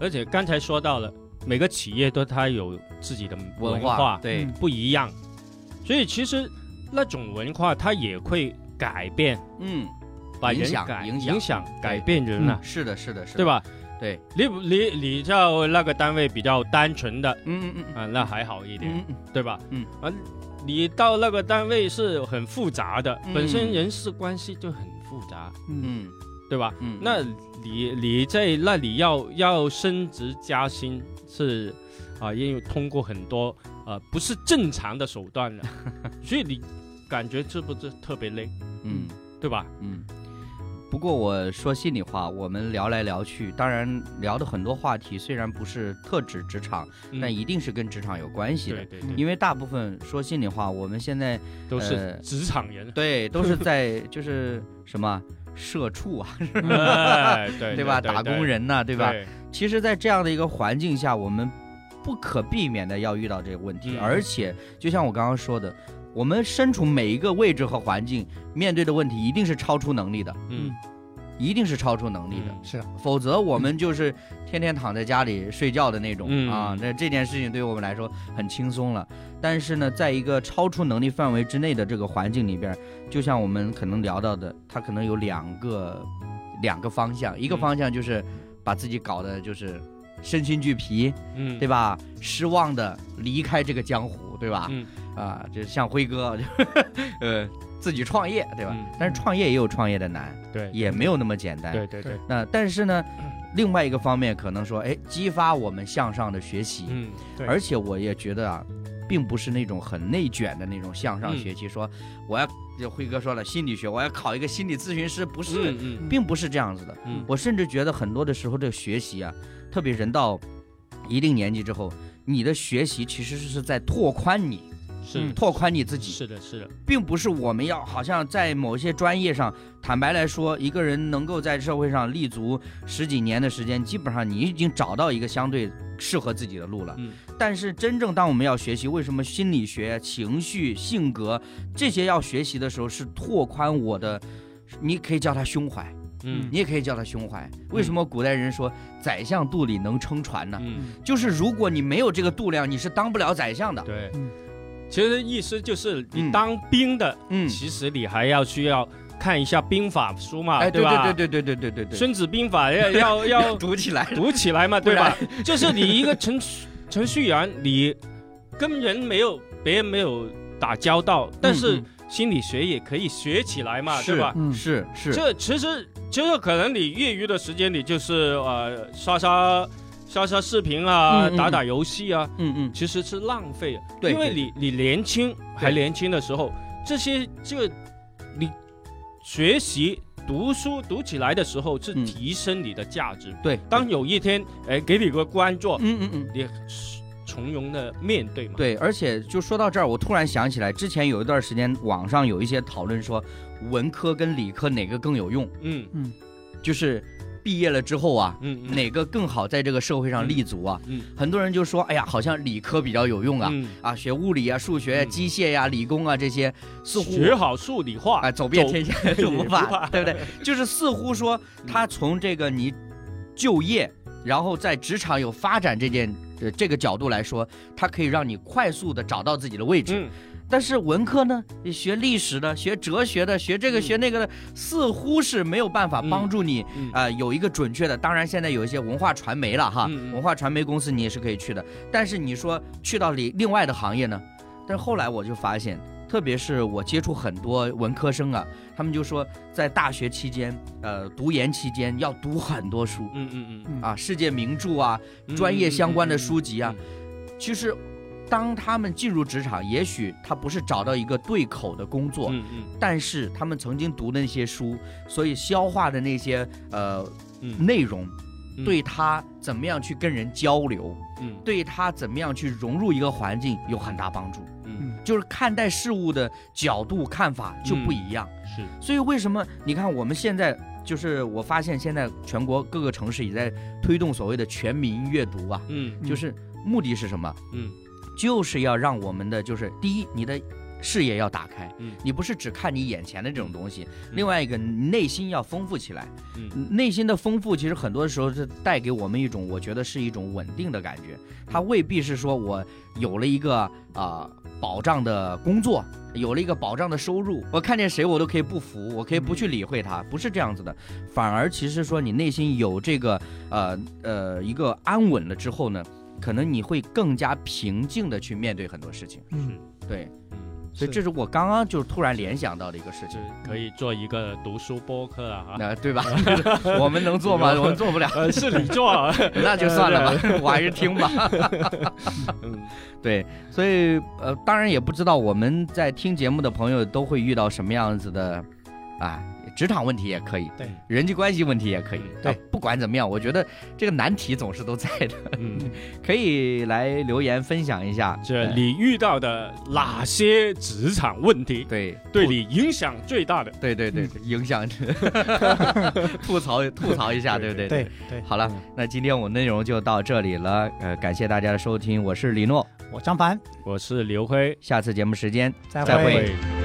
而且刚才说到了，每个企业都它有自己的
文
化
对
嗯
不一样，所以其实那种文化它也会改变，
嗯
把
影
人
响
改
影
影
响
改变人了，
嗯是的是的是的
对？吧？
对，
你你你叫那个单位比较单纯的
嗯嗯嗯
啊，那还好一点，
嗯嗯
对吧？
嗯
啊，你到那个单位是很复杂的，
嗯
本身人事关系就很复杂，
嗯，
嗯
对吧？
嗯，
那你你在那里要要升职加薪是啊，因为通过很多呃不是正常的手
*laughs*
段的，所以你感觉是不是特别累，
嗯。
对吧？
嗯，不过我说心里话，我们聊来聊去，当然聊的很多话题虽然不是特指职场，
嗯
但一定是跟职场有关系嗯
对
的。
对对，
因为大部分说心里话，我们现
*laughs*
在
都
呃
是职场
*laughs*
人，
对都是在就是什么社畜啊，
哎
*laughs*
对
对吧？打工，人呐、对
对
吧？
对
其实，在这样的一个环境下，我们不可避免的要遇到这个问题，
嗯
而且就像我刚刚说的，我们身处每一个位置和环境，面对的问题一定是超出能力的，
嗯，
一定是超出能力的。
嗯
是
否则我们就是天天躺在家里睡觉的那种、
嗯
啊。那这件事情对于我们来说很轻松了，但是呢，在一个超出能力范围之内的这个环境里边，就像我们可能聊到的，它可能有两个两个方向，一个
嗯
方向就是把自己搞得就是身心俱疲，
嗯，
对
吧？
吧？失望的离开这个江湖，对吧？
嗯
啊，就像辉哥，就 *laughs* 呃，自己创业，对吧？
嗯
但是创业也有创业的难，
对，
也没有那么简单。
对对对，
那但是呢，
嗯
另外一个方面可能说，哎，激发我们向上的学习，
嗯
对
而且我也觉得啊，并不是那种很内卷的那种向
嗯
上学习，说我要就辉哥说了心理学，我要考一个心理咨询师，不是，
嗯嗯
并不是这样子的。
嗯，
我甚至觉得很多的时候，这个学习啊，特别人到一定年纪之后，你的学习其实是在拓宽你，
是
拓宽你自己，
是的是的，
并不是我们要好像在某些专业上，坦白来说，一个人能够在社会上立足十几年的时间，基本上你已经找到一个相对适合自己的路了。
嗯
但是真正当我们要学习为什么心理学、情绪、性格这些要学习的时候，是拓宽我的，你可以叫它胸怀，
嗯
你也可以叫它胸怀。为什么古代人说宰相肚里能撑船呢？
嗯。
就是如果你没有这个度量，你是当不了宰相的。
对
嗯，
其实意思就是你
嗯
当兵的，
嗯，
其实你还要需要看一下兵法书嘛，
哎，对
啊吧？
对对对对对对对对，
孙子兵法要
*laughs*
要要
读起来，
读起来嘛，
不
对
然
吧？就是你一个程序程序员，你跟人没有别人没有打交道，但是
嗯
心理学也可以学起来嘛，
是
对吧？
嗯，
是是，
这其实就是可能你业余的时间，你就是呃刷刷刷刷视频啊，
嗯嗯
打打游戏啊，
嗯嗯，
其实是浪费了，啊
对
因为
对
你你年轻还年轻的时候，这些这个你学习读书读起来的时候是
嗯
提升你的价值。
对，
当有一天哎给你个工作，
嗯嗯嗯。
你从容的面对嘛。
对，而且就说到这儿，我突然想起来，之前有一段时间，网上有一些讨论说，文科跟理科哪个更有用，
嗯
就是毕业了之后啊，
嗯嗯
哪个更好在这个社会上立足啊？
嗯
很多人就说，哎呀，好像理科比较有用啊，
嗯，
啊，学物理啊、数学呀、
嗯
机械呀、理工啊这些，似乎
学好数理化
啊，走遍
走
天下都不
也不
怕，
怕
对不
*laughs*
对？就是似乎说
嗯
他从这个你就业，然后在职场有发展这件呃这个角度来说，它可以让你快速的找到自己的位置。
嗯
但是文科呢，你学历史的、学哲学的、学这个
嗯
学那个的，似乎是没有办法帮助你
嗯
啊、呃有一个准确的。当然，现在有一些文化传媒了哈，
嗯嗯
文化传媒公司你也是可以去的。但是你说去到里另外的行业呢？但是后来我就发现，特别是我接触很多文科生啊，他们就说在大学期间，呃，读研期间要读很多书
嗯嗯嗯
啊，世界名著啊，
嗯，
专业相关的
嗯
书籍啊，其实。当他们进入职场，也许他不是找到一个对口的工作，
嗯嗯
但是他们曾经读的那些书，所以消化的那些呃
嗯
内容，
嗯
对他怎么样去跟人交流，
嗯
对他怎么样去融入一个环境有很大帮助。
嗯
就是看待事物的角度、看法就不一样。
嗯是
所以为什么你看我们现在就是我发现现在全国各个城市也在推动所谓的全民阅读啊，
嗯
嗯
就是目的是什么？
嗯
就是要让我们的就是第一，你的视野要打开，
嗯
你不是只看你眼前的这种东西，
嗯
另外一个你内心要丰富起来。
嗯
内心的丰富，其实很多时候是带给我们一种，我觉得是一种稳定的感觉。它未必是说我有了一个啊、保障的工作，有了一个保障的收入，我看见谁我都可以不服，我可以不去理会他，
嗯
不是这样子的。反而其实说你内心有这个呃呃一个安稳了之后呢，可能你会更加平静的去面对很多事情。
嗯
对，
嗯，
所以这是我刚刚就是突然联想到的一个事
就
情，
可以做一个读书播客
*laughs*
了啊。
那、对吧？我们能做吗？我们做不了。
呃，是你做啊，
那就算了吧， *laughs* 我还是听吧。
嗯
对，所以呃，当然也不知道我们在听节目的朋友都会遇到什么样子的啊，职场问题也可以，
对，
人际关系问题也可以。
嗯
啊
对
不管怎么样，我觉得这个难题总是都在的， *laughs*
嗯，哎
可以来留言分享一下。
这
呃
你遇到的哪些职场问题
对
对
吐
你影响最大的？
对对对，影响 *laughs* 吐槽吐槽一下，对不对？
对。对，
*laughs* 好了，那今天我内容就到这里了，呃，感谢大家的收听，我是李诺，
我张凡，
我是刘辉，
下次节目时间
再
再会
会。
会